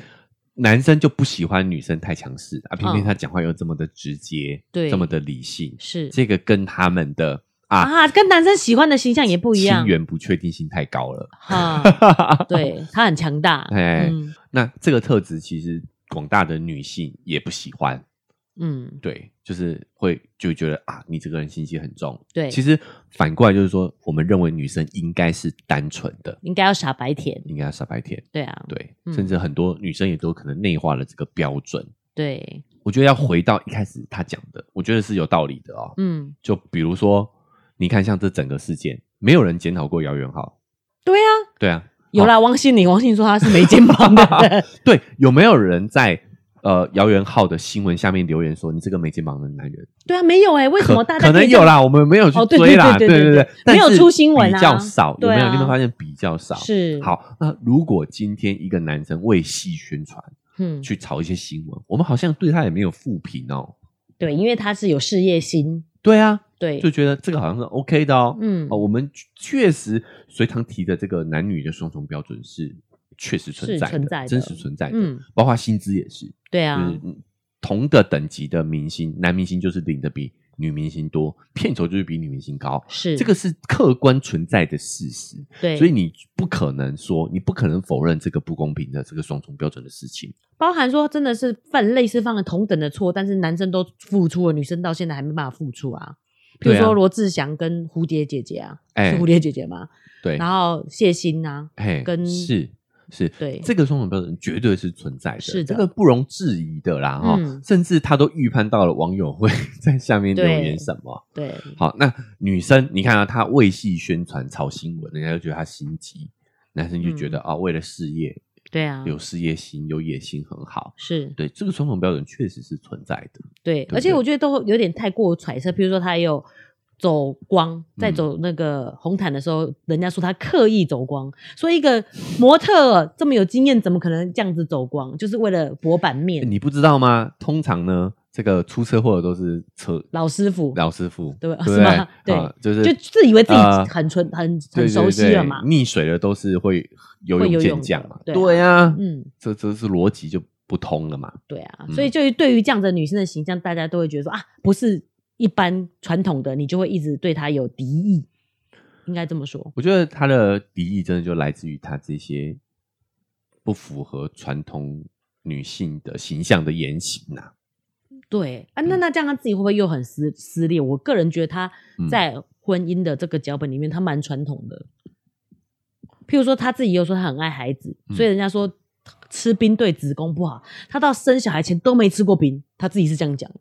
[SPEAKER 1] 男生就不喜欢女生太强势啊，偏偏
[SPEAKER 2] 嗯
[SPEAKER 1] 他讲话又这么的直接，
[SPEAKER 2] 对
[SPEAKER 1] 这么的理性，
[SPEAKER 2] 是
[SPEAKER 1] 这个跟他们的啊
[SPEAKER 2] 啊，跟男生喜欢的形象也不一
[SPEAKER 1] 亲
[SPEAKER 2] 样
[SPEAKER 1] 缘不确定性太高 了，
[SPEAKER 2] 哈，对他很强大，
[SPEAKER 1] 哎
[SPEAKER 2] 嗯
[SPEAKER 1] 那这个特质其实广大的女性也不喜欢，
[SPEAKER 2] 嗯，
[SPEAKER 1] 对，就是会就觉得啊，你这个人心机很重。
[SPEAKER 2] 对
[SPEAKER 1] 其实反过来就是说，我们认为女生应该是单纯的，
[SPEAKER 2] 应该要傻白甜，
[SPEAKER 1] 应该要傻白甜，
[SPEAKER 2] 对啊，
[SPEAKER 1] 对，
[SPEAKER 2] 嗯
[SPEAKER 1] 甚至很多女生也都可能内化了这个标准。
[SPEAKER 2] 对，
[SPEAKER 1] 我觉得要回到一开始她讲的，我觉得是有道理的哦。
[SPEAKER 2] 嗯，
[SPEAKER 1] 就比如说，你看像这整个事件，没有人检讨过姚元浩，
[SPEAKER 2] 对啊，
[SPEAKER 1] 对啊，
[SPEAKER 2] 有啦，王心凌，王心凌说她是没肩膀的人，
[SPEAKER 1] 对，有没有人在呃姚元浩的新闻下面留言说你这个没肩膀的男人？
[SPEAKER 2] 对啊，没有哎、为什么大家
[SPEAKER 1] 可可能
[SPEAKER 2] 以这
[SPEAKER 1] 有
[SPEAKER 2] 样？
[SPEAKER 1] 啦，我们没有去
[SPEAKER 2] 哦对
[SPEAKER 1] 追啦，
[SPEAKER 2] 对
[SPEAKER 1] 对
[SPEAKER 2] 对对
[SPEAKER 1] 对
[SPEAKER 2] 对对，
[SPEAKER 1] 但
[SPEAKER 2] 没有
[SPEAKER 1] 是
[SPEAKER 2] 出新闻啊
[SPEAKER 1] 比较少，有
[SPEAKER 2] 对
[SPEAKER 1] 没有？
[SPEAKER 2] 啊
[SPEAKER 1] 你有没有发现比较少？
[SPEAKER 2] 是，
[SPEAKER 1] 好，那如果今天一个男生为戏宣传，
[SPEAKER 2] 嗯，
[SPEAKER 1] 去炒一些新闻，我们好像对他也没有负评哦。
[SPEAKER 2] 对，因为他是有事业心，
[SPEAKER 1] 对啊，
[SPEAKER 2] 对，
[SPEAKER 1] 就觉得这个好像是 OK 的哦。
[SPEAKER 2] 嗯
[SPEAKER 1] 哦，我们确实隋唐提的这个男女的双重标准是确实存
[SPEAKER 2] 是
[SPEAKER 1] 在的，
[SPEAKER 2] 存在的
[SPEAKER 1] 真实存在的，
[SPEAKER 2] 嗯，
[SPEAKER 1] 包括薪资也是，
[SPEAKER 2] 对
[SPEAKER 1] 就
[SPEAKER 2] 啊
[SPEAKER 1] 是，嗯同个等级的明星，男明星就是领的比女明星多，片酬就是比女明星高，
[SPEAKER 2] 是
[SPEAKER 1] 这个是客观存在的事实。
[SPEAKER 2] 对，
[SPEAKER 1] 所以你不可能说，你不可能否认这个不公平的这个双重标准的事情。
[SPEAKER 2] 包含说真的是犯类似犯了同等的错，但是男生都付出了，女生到现在还没办法付出啊。比如
[SPEAKER 1] 对啊
[SPEAKER 2] 说罗志祥跟蝴蝶姐姐啊，
[SPEAKER 1] 哎
[SPEAKER 2] 是蝴蝶姐姐吗？
[SPEAKER 1] 对，
[SPEAKER 2] 然后谢欣啊，
[SPEAKER 1] 哎，
[SPEAKER 2] 跟
[SPEAKER 1] 是是，
[SPEAKER 2] 对
[SPEAKER 1] 这个双重标准绝对是存在的，
[SPEAKER 2] 是的
[SPEAKER 1] 这个不容置疑的啦哈、
[SPEAKER 2] 嗯
[SPEAKER 1] 甚至他都预判到了网友会在下面留
[SPEAKER 2] 对
[SPEAKER 1] 言什么。
[SPEAKER 2] 对，
[SPEAKER 1] 好，那女生你看啊，她为戏宣传炒新闻，人家就觉得她心急，男生就觉
[SPEAKER 2] 嗯
[SPEAKER 1] 得、啊，为了事业
[SPEAKER 2] 对啊，
[SPEAKER 1] 有事业心、有野心很好。
[SPEAKER 2] 是
[SPEAKER 1] 对，这个双重标准确实是存在的。
[SPEAKER 2] 对，
[SPEAKER 1] 对
[SPEAKER 2] 而且
[SPEAKER 1] 对
[SPEAKER 2] 我觉得都有点太过揣测。比如说，他也有走光，在
[SPEAKER 1] 嗯
[SPEAKER 2] 走那个红毯的时候，人家说他刻意走光，说一个模特儿这么有经验，怎么可能这样子走光？就是为了博版面，
[SPEAKER 1] 你不知道吗？通常呢，这个出车祸的都是车
[SPEAKER 2] 老师傅
[SPEAKER 1] 老师傅，
[SPEAKER 2] 对吧
[SPEAKER 1] 不
[SPEAKER 2] 是
[SPEAKER 1] 对
[SPEAKER 2] 吗？对
[SPEAKER 1] 啊就是
[SPEAKER 2] 就自以为自己
[SPEAKER 1] 呃
[SPEAKER 2] 很纯、很
[SPEAKER 1] 对
[SPEAKER 2] 很
[SPEAKER 1] 对
[SPEAKER 2] 熟悉
[SPEAKER 1] 对
[SPEAKER 2] 了嘛。
[SPEAKER 1] 溺水的都是会游
[SPEAKER 2] 会
[SPEAKER 1] 泳
[SPEAKER 2] 游
[SPEAKER 1] 健
[SPEAKER 2] 泳
[SPEAKER 1] 将
[SPEAKER 2] 的
[SPEAKER 1] 嘛，
[SPEAKER 2] 对啊
[SPEAKER 1] 对啊，
[SPEAKER 2] 嗯，
[SPEAKER 1] 这这是逻辑就不通了嘛。
[SPEAKER 2] 对啊，
[SPEAKER 1] 嗯
[SPEAKER 2] 所以就是对于这样子的女生的形象，大家都会觉得说啊，不是一般传统的，你就会一直对她有敌意。应该这么说。
[SPEAKER 1] 我觉得他的敌意真的就来自于他这些不符合传统女性的形象的言行呐、啊
[SPEAKER 2] 对啊，那那这样他自己会不会又很撕撕裂？我个人觉得他
[SPEAKER 1] 嗯
[SPEAKER 2] 在婚姻的这个脚本里面，他蛮传统的。譬如说他自己又说他很爱孩子，
[SPEAKER 1] 嗯
[SPEAKER 2] 所以人家说吃冰对子宫不好，他到生小孩前都没吃过冰，他自己是这样讲的。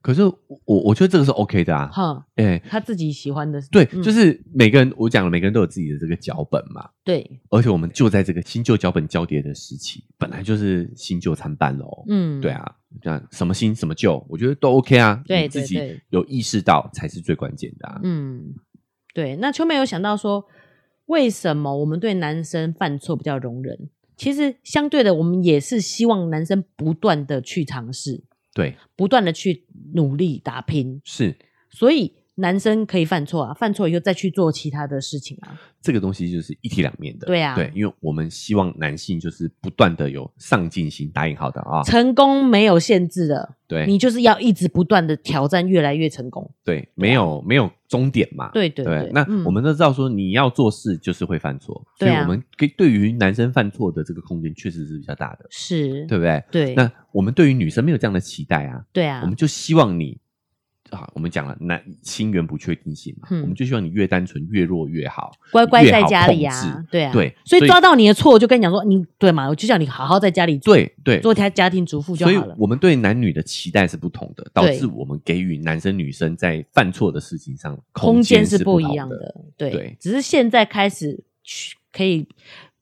[SPEAKER 1] 可是我我觉得这个是 OK 的啊，
[SPEAKER 2] 哈，
[SPEAKER 1] 哎、
[SPEAKER 2] 他自己喜欢的是，
[SPEAKER 1] 对，
[SPEAKER 2] 嗯
[SPEAKER 1] 就是每个人我讲了，每个人都有自己的这个脚本嘛，
[SPEAKER 2] 对，
[SPEAKER 1] 而且我们就在这个新旧脚本交叠的时期，本来就是新旧参半喽。
[SPEAKER 2] 嗯，
[SPEAKER 1] 对，啊，这样什么新什么旧，我觉得都 OK 啊。
[SPEAKER 2] 对
[SPEAKER 1] 你自
[SPEAKER 2] 对
[SPEAKER 1] 己
[SPEAKER 2] 对
[SPEAKER 1] 有意识到才是最关键的啊。
[SPEAKER 2] 嗯，对。那秋妹有想到说，为什么我们对男生犯错比较容忍？其实相对的，我们也是希望男生不断的去尝试，
[SPEAKER 1] 对，
[SPEAKER 2] 不断的去努力打拼，
[SPEAKER 1] 是
[SPEAKER 2] 所以男生可以犯错啊，犯错以后再去做其他的事情啊。
[SPEAKER 1] 这个东西就是一体两面的。
[SPEAKER 2] 对啊
[SPEAKER 1] 对，因为我们希望男性就是不断的有上进心，打引号的啊。
[SPEAKER 2] 成功没有限制的，你
[SPEAKER 1] 对，
[SPEAKER 2] 就是要一直不断的挑战，越来越成功。
[SPEAKER 1] 对，没有没有终点嘛。
[SPEAKER 2] 啊对对
[SPEAKER 1] 对
[SPEAKER 2] 对，
[SPEAKER 1] 那
[SPEAKER 2] 嗯
[SPEAKER 1] 我们都知道说你要做事就是会犯错，所
[SPEAKER 2] 对
[SPEAKER 1] 以
[SPEAKER 2] 啊
[SPEAKER 1] 我们给对于男生犯错的这个空间确实是比较大的，
[SPEAKER 2] 是，
[SPEAKER 1] 对不对？
[SPEAKER 2] 对
[SPEAKER 1] 那我们对于女生没有这样的期待啊，
[SPEAKER 2] 对啊
[SPEAKER 1] 我，们就希望你啊，我们讲了男心源不确定性嘛，
[SPEAKER 2] 嗯
[SPEAKER 1] 我们就希望你越单纯越弱越好，
[SPEAKER 2] 乖乖
[SPEAKER 1] 越
[SPEAKER 2] 在
[SPEAKER 1] 好
[SPEAKER 2] 家里
[SPEAKER 1] 控
[SPEAKER 2] 啊
[SPEAKER 1] 制，
[SPEAKER 2] 对啊，
[SPEAKER 1] 对
[SPEAKER 2] 所以
[SPEAKER 1] 所以
[SPEAKER 2] 抓到你的错，我就跟你讲说，你对嘛，我就叫你好好在家里做
[SPEAKER 1] 对对。
[SPEAKER 2] 做家家庭主妇就
[SPEAKER 1] 所以
[SPEAKER 2] 好了。
[SPEAKER 1] 我们对男女的期待是不同的，导
[SPEAKER 2] 对
[SPEAKER 1] 致我们给予男生女生在犯错的事情上
[SPEAKER 2] 空
[SPEAKER 1] 间
[SPEAKER 2] 间
[SPEAKER 1] 是
[SPEAKER 2] 是
[SPEAKER 1] 不
[SPEAKER 2] 不一
[SPEAKER 1] 同
[SPEAKER 2] 样
[SPEAKER 1] 的。
[SPEAKER 2] 的，对，
[SPEAKER 1] 对
[SPEAKER 2] 只是现在开始去可以，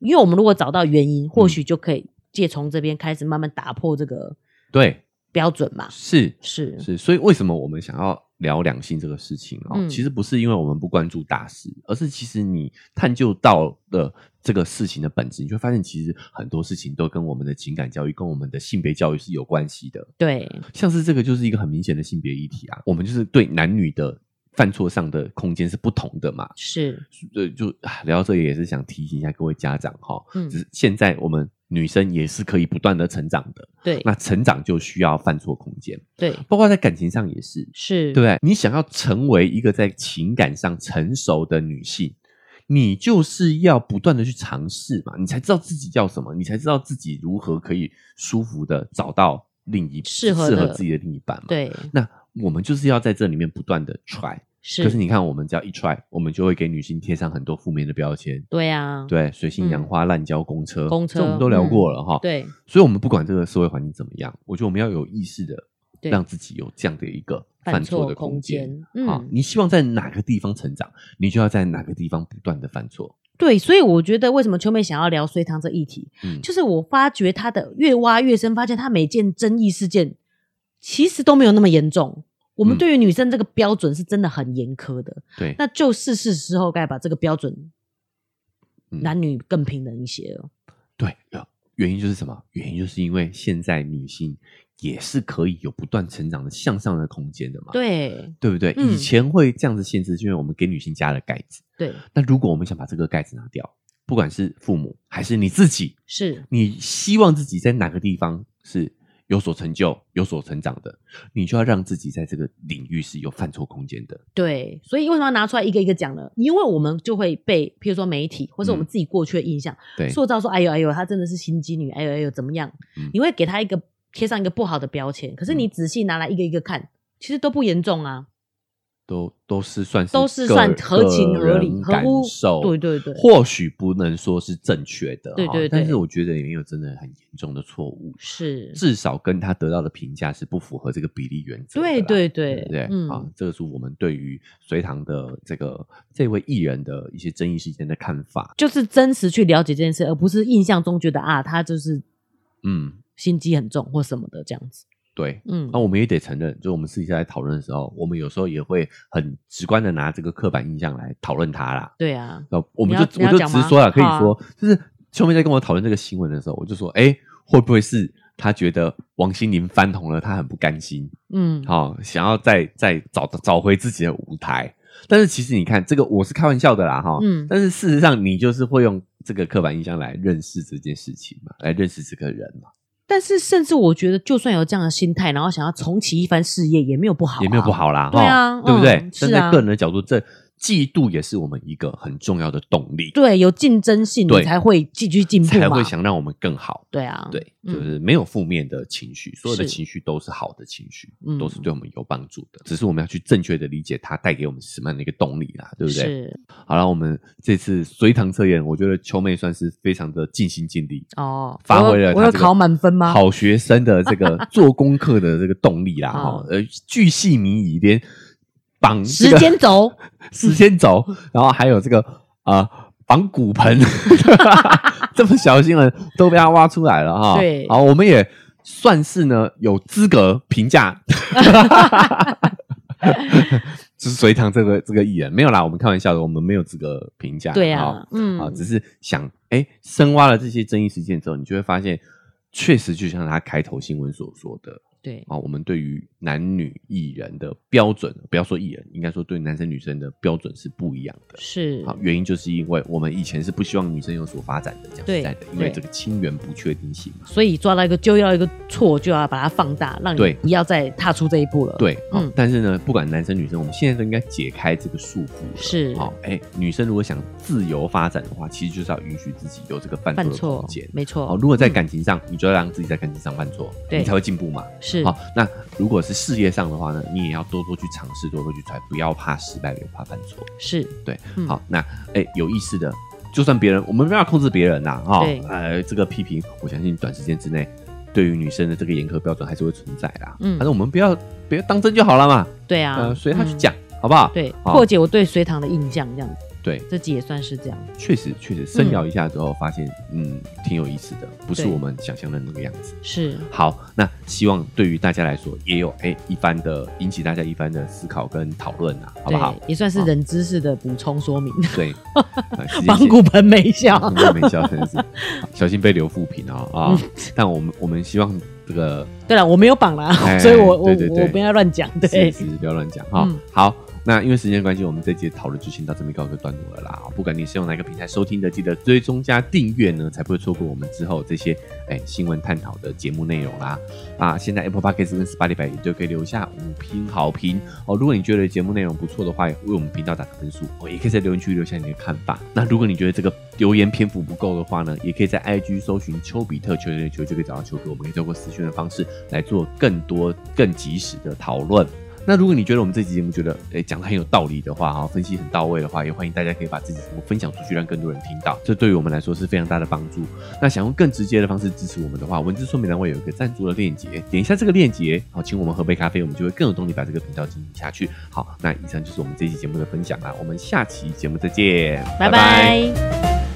[SPEAKER 2] 因为我们如果找到原因，
[SPEAKER 1] 嗯
[SPEAKER 2] 或许就可以借从这边开始慢慢打破这个
[SPEAKER 1] 对，
[SPEAKER 2] 标准嘛。
[SPEAKER 1] 是
[SPEAKER 2] 是，
[SPEAKER 1] 是，所以为什么我们想要聊两性这个事情哦？
[SPEAKER 2] 嗯
[SPEAKER 1] 其实不是因为我们不关注大事，而是其实你探究到了这个事情的本质，你就会发现其实很多事情都跟我们的情感教育、跟我们的性别教育是有关系的。
[SPEAKER 2] 对，
[SPEAKER 1] 像是这个就是一个很明显的性别议题啊，我们就是对男女的犯错上的空间是不同的嘛。
[SPEAKER 2] 是，
[SPEAKER 1] 对，就啊聊到这里也是想提醒一下各位家长哈、
[SPEAKER 2] 嗯
[SPEAKER 1] 只，是现在我们女生也是可以不断的成长的，
[SPEAKER 2] 对，
[SPEAKER 1] 那成长就需要犯错空间，
[SPEAKER 2] 对，
[SPEAKER 1] 包括在感情上也是，
[SPEAKER 2] 是，
[SPEAKER 1] 对不啊对？你想要成为一个在情感上成熟的女性，你就是要不断的去尝试嘛，你才知道自己要什么，你才知道自己如何可以舒服的找到另一
[SPEAKER 2] 适合
[SPEAKER 1] 适合
[SPEAKER 2] 的
[SPEAKER 1] 自己的另一半嘛。，
[SPEAKER 2] 对，
[SPEAKER 1] 那我们就是要在这里面不断的 try，
[SPEAKER 2] 是，
[SPEAKER 1] 可是你看，我们只要一 try，我们就会给女性贴上很多负面的标签。
[SPEAKER 2] 对啊，
[SPEAKER 1] 对，水性杨
[SPEAKER 2] 嗯
[SPEAKER 1] 花、滥交、公车，
[SPEAKER 2] 公车
[SPEAKER 1] 这我们都聊
[SPEAKER 2] 嗯
[SPEAKER 1] 过了哈。，
[SPEAKER 2] 对，
[SPEAKER 1] 所以我们不管这个社会环境怎么样，我觉得我们要有意识的
[SPEAKER 2] 对
[SPEAKER 1] 让自己有这样的一个
[SPEAKER 2] 犯
[SPEAKER 1] 犯错
[SPEAKER 2] 错
[SPEAKER 1] 的
[SPEAKER 2] 空
[SPEAKER 1] 空间。
[SPEAKER 2] 间，
[SPEAKER 1] 啊
[SPEAKER 2] 嗯，，
[SPEAKER 1] 你希望在哪个地方成长，你就要在哪个地方不断的犯错。
[SPEAKER 2] 对，所以我觉得为什么秋妹想要聊隋唐这议题，
[SPEAKER 1] 嗯，
[SPEAKER 2] 就是我发觉他的越挖越深，发现他每件争议事件其实都没有那么严重。我们
[SPEAKER 1] 嗯
[SPEAKER 2] 对于女生这个标准是真的很严苛的，
[SPEAKER 1] 对，
[SPEAKER 2] 那就是是时候该把这个标准
[SPEAKER 1] 嗯
[SPEAKER 2] 男女更平等一些了。
[SPEAKER 1] 对，呃原因就是什么？原因就是因为现在女性也是可以有不断成长的向上的空间的嘛。。
[SPEAKER 2] 对
[SPEAKER 1] 对不对？
[SPEAKER 2] 嗯
[SPEAKER 1] 以前会这样子限制，是因为我们给女性加了盖子。
[SPEAKER 2] 对，
[SPEAKER 1] 那如果我们想把这个盖子拿掉，不管是父母还是你自己，
[SPEAKER 2] 是
[SPEAKER 1] 你希望自己在哪个地方是有所成就、有所成长的，你就要让自己在这个领域是有犯错空间的。
[SPEAKER 2] 对，所以为什么要拿出来一个一个讲呢？因为我们就会被，譬如说媒体或是我们
[SPEAKER 1] 嗯
[SPEAKER 2] 自己过去的印象，
[SPEAKER 1] 对，
[SPEAKER 2] 塑造说，哎呦哎呦，她真的是心机女，哎呦哎呦，怎么样？
[SPEAKER 1] 嗯
[SPEAKER 2] 你会给她一个贴上一个不好的标签，可是你仔细拿来一个一个看，其实都不严重啊，
[SPEAKER 1] 都都是算是
[SPEAKER 2] 都是
[SPEAKER 1] 个
[SPEAKER 2] 算合情
[SPEAKER 1] 个
[SPEAKER 2] 合理
[SPEAKER 1] 人
[SPEAKER 2] 合
[SPEAKER 1] 感
[SPEAKER 2] 乎
[SPEAKER 1] 受，
[SPEAKER 2] 对对对
[SPEAKER 1] 或许不能说是正确的，
[SPEAKER 2] 对
[SPEAKER 1] 哈
[SPEAKER 2] 对
[SPEAKER 1] 但
[SPEAKER 2] 对
[SPEAKER 1] 是我觉得也没有真的很严重的错误，
[SPEAKER 2] 是，
[SPEAKER 1] 至少跟他得到的评价是不符合这个比例原则的啦。
[SPEAKER 2] 对对
[SPEAKER 1] 对
[SPEAKER 2] 对
[SPEAKER 1] 不对？
[SPEAKER 2] 嗯，
[SPEAKER 1] 啊，这个是我们对于隋唐的这个这位艺人的一些争议事件的看法。
[SPEAKER 2] 就是真实去了解这件事，而不是印象中觉得啊，她就是
[SPEAKER 1] 嗯，
[SPEAKER 2] 心机很重或什么的这样子。
[SPEAKER 1] 对。
[SPEAKER 2] 嗯
[SPEAKER 1] 那、，我们也得承认，就我们私底下在讨论的时候，我们有时候也会很直观的拿这个刻板印象来讨论它啦。
[SPEAKER 2] 对啊，
[SPEAKER 1] 呃，我们
[SPEAKER 2] 你要
[SPEAKER 1] 就
[SPEAKER 2] 你
[SPEAKER 1] 我
[SPEAKER 2] 要
[SPEAKER 1] 就
[SPEAKER 2] 讲
[SPEAKER 1] 直
[SPEAKER 2] 吗
[SPEAKER 1] 说了，可以
[SPEAKER 2] 好啊
[SPEAKER 1] 说，就是秋妹在跟我讨论这个新闻的时候，我就说，哎、会不会是她觉得王心凌翻红了，她很不甘心，
[SPEAKER 2] 嗯，
[SPEAKER 1] 好、想要再再找找回自己的舞台。但是其实你看，这个我是开玩笑的啦，哈。
[SPEAKER 2] 嗯
[SPEAKER 1] 但是事实上，你就是会用这个刻板印象来认识这件事情嘛，来认识这个人嘛，
[SPEAKER 2] 但是甚至我觉得，就算有这样的心态，然后想要重启一番事业，也没有不好、啊
[SPEAKER 1] 也没有不。好啦，
[SPEAKER 2] 对啊
[SPEAKER 1] 哈对不对
[SPEAKER 2] 嗯？
[SPEAKER 1] 站
[SPEAKER 2] 是
[SPEAKER 1] 在
[SPEAKER 2] 啊
[SPEAKER 1] 个人的角度，这嫉妒也是我们一个很重要的动力，
[SPEAKER 2] 对，有竞争性，
[SPEAKER 1] 对
[SPEAKER 2] 你才会继续进步嘛。
[SPEAKER 1] 才会想让我们更好。
[SPEAKER 2] 对啊，
[SPEAKER 1] 对，就
[SPEAKER 2] 嗯
[SPEAKER 1] 是没有负面的情绪，所有的
[SPEAKER 2] 是
[SPEAKER 1] 情绪都是好的情绪，
[SPEAKER 2] 嗯
[SPEAKER 1] 都是对我们有帮助的。只是我们要去正确的理解它带给我们什么样的一个动力啦，对不对？
[SPEAKER 2] 是
[SPEAKER 1] 好了，我们这次随堂测验，我觉得秋妹算是非常的尽心尽力，
[SPEAKER 2] 哦，
[SPEAKER 1] 发
[SPEAKER 2] 我
[SPEAKER 1] 挥了
[SPEAKER 2] 有我
[SPEAKER 1] 她
[SPEAKER 2] 有
[SPEAKER 1] 这个
[SPEAKER 2] 考满分吗？
[SPEAKER 1] 好学生的这个做功课的这个动 力啦，哈、
[SPEAKER 2] 好
[SPEAKER 1] 呃，巨细靡遗，连绑、这
[SPEAKER 2] 时
[SPEAKER 1] 个
[SPEAKER 2] 间轴
[SPEAKER 1] 时间轴，然后还有这个啊绑骨 盆， 这么小新闻都被他挖出来了哈。
[SPEAKER 2] 对
[SPEAKER 1] 好，我们也算是呢有资格评 价。 就是隋唐这个这个艺人没有啦，我们开玩笑的，我们没有资格评价。
[SPEAKER 2] 对
[SPEAKER 1] 好
[SPEAKER 2] 啊，嗯
[SPEAKER 1] 啊，，只是想哎，深挖了这些争议事件之后，你就会发现，确实就像他开头新闻所说的
[SPEAKER 2] 对，
[SPEAKER 1] 啊，我们对于男女艺人的标准，不要说艺人，应该说对男生女生的标准是不一样的。
[SPEAKER 2] 是
[SPEAKER 1] 好，原因就是因为我们以前是不希望女生有所发展的，讲
[SPEAKER 2] 对
[SPEAKER 1] 实在的，因为
[SPEAKER 2] 对嗯
[SPEAKER 1] 这个亲缘不确定性嘛。
[SPEAKER 2] 所以抓到一个就要一个错，就要把它放大，让
[SPEAKER 1] 对
[SPEAKER 2] 你不要再踏出这一步了。
[SPEAKER 1] 对，好
[SPEAKER 2] 嗯
[SPEAKER 1] 但是呢，不管男生女生，我们现在都应该解开这个束缚了。
[SPEAKER 2] 是
[SPEAKER 1] 好，哎，女生如果想自由发展的话，其实就是要允许自己有这个犯错
[SPEAKER 2] 犯
[SPEAKER 1] 的
[SPEAKER 2] 错
[SPEAKER 1] 空间，。
[SPEAKER 2] 没错。
[SPEAKER 1] 好，如果在
[SPEAKER 2] 嗯
[SPEAKER 1] 感情上，你就要让自己在感情上犯错，
[SPEAKER 2] 对
[SPEAKER 1] 你才会进步嘛。
[SPEAKER 2] 是
[SPEAKER 1] 好，那如果是事业上的话呢，你也要多多去尝试，多多去 try，不要怕失败，不要怕犯错。
[SPEAKER 2] 是
[SPEAKER 1] 对，
[SPEAKER 2] 嗯
[SPEAKER 1] 好，那哎、有意识的，就算别人，我们没有办法控制别人呐、哈、
[SPEAKER 2] 对
[SPEAKER 1] 呃，这个批评，我相信短时间之内，对于女生的这个严苛标准还是会存在啦。
[SPEAKER 2] 嗯
[SPEAKER 1] 反正我们不要不要当真就好了嘛，
[SPEAKER 2] 对啊
[SPEAKER 1] 呃，，随他去啊
[SPEAKER 2] 嗯
[SPEAKER 1] 讲，好不好？
[SPEAKER 2] 对，
[SPEAKER 1] 好
[SPEAKER 2] 破解我对隋唐的印象，这样
[SPEAKER 1] 对，
[SPEAKER 2] 这集也算是这样。
[SPEAKER 1] 确实确实，深聊一下之后，发现嗯，挺有意思的，不是
[SPEAKER 2] 嗯对
[SPEAKER 1] 我们想象的那个样子。
[SPEAKER 2] 是，
[SPEAKER 1] 好，那希望对于大家来说也有哎、一番的引起大家一番的思考跟讨论啊，好不好？
[SPEAKER 2] 对？也算是人知识的补充 说明。
[SPEAKER 1] 对，呃时间
[SPEAKER 2] 绑
[SPEAKER 1] 线
[SPEAKER 2] 骨盆没 笑，
[SPEAKER 1] 没没笑，真的是小心被留负评啊啊！
[SPEAKER 2] 嗯
[SPEAKER 1] 但我们我们希望这个
[SPEAKER 2] 对了，我没有绑啦
[SPEAKER 1] 哎，
[SPEAKER 2] 所以我我
[SPEAKER 1] 对对对
[SPEAKER 2] 我不要乱讲，
[SPEAKER 1] 是
[SPEAKER 2] 对，
[SPEAKER 1] 是不要乱讲哈
[SPEAKER 2] 嗯。
[SPEAKER 1] 好，那因为时间关系，我们这节讨论就先到这边告一个段落了啦。不管你是用哪个平台收听的，记得追踪加订阅呢，才不会错过我们之后这些哎新闻探讨的节目内容啦。啊，现在 Apple Podcast 跟 Spotify 也都可以留下五星好评哦。如果你觉得节目内容不错的话，也为我们频道打个分数哦，也可以在留言区留下你的看法。那如果你觉得这个留言篇幅不够的话呢，也可以在 IG 搜寻丘比特球球球就可以找到球哥，我们可以透过私讯的方式来做更多更及时的讨论。那如果你觉得我们这期节目觉得诶讲的很有道理的话，哈，分析很到位的话，也欢迎大家可以把自己的节目分享出去，让更多人听到，这对于我们来说是非常大的帮助。那想用更直接的方式支持我们的话，文字说明栏位有一个赞助的链接，点一下这个链接，好，请我们喝杯咖啡，我们就会更有动力把这个频道经营下去。好，那以上就是我们这期节目的分享啦，我们下期节目再见，
[SPEAKER 2] 拜拜。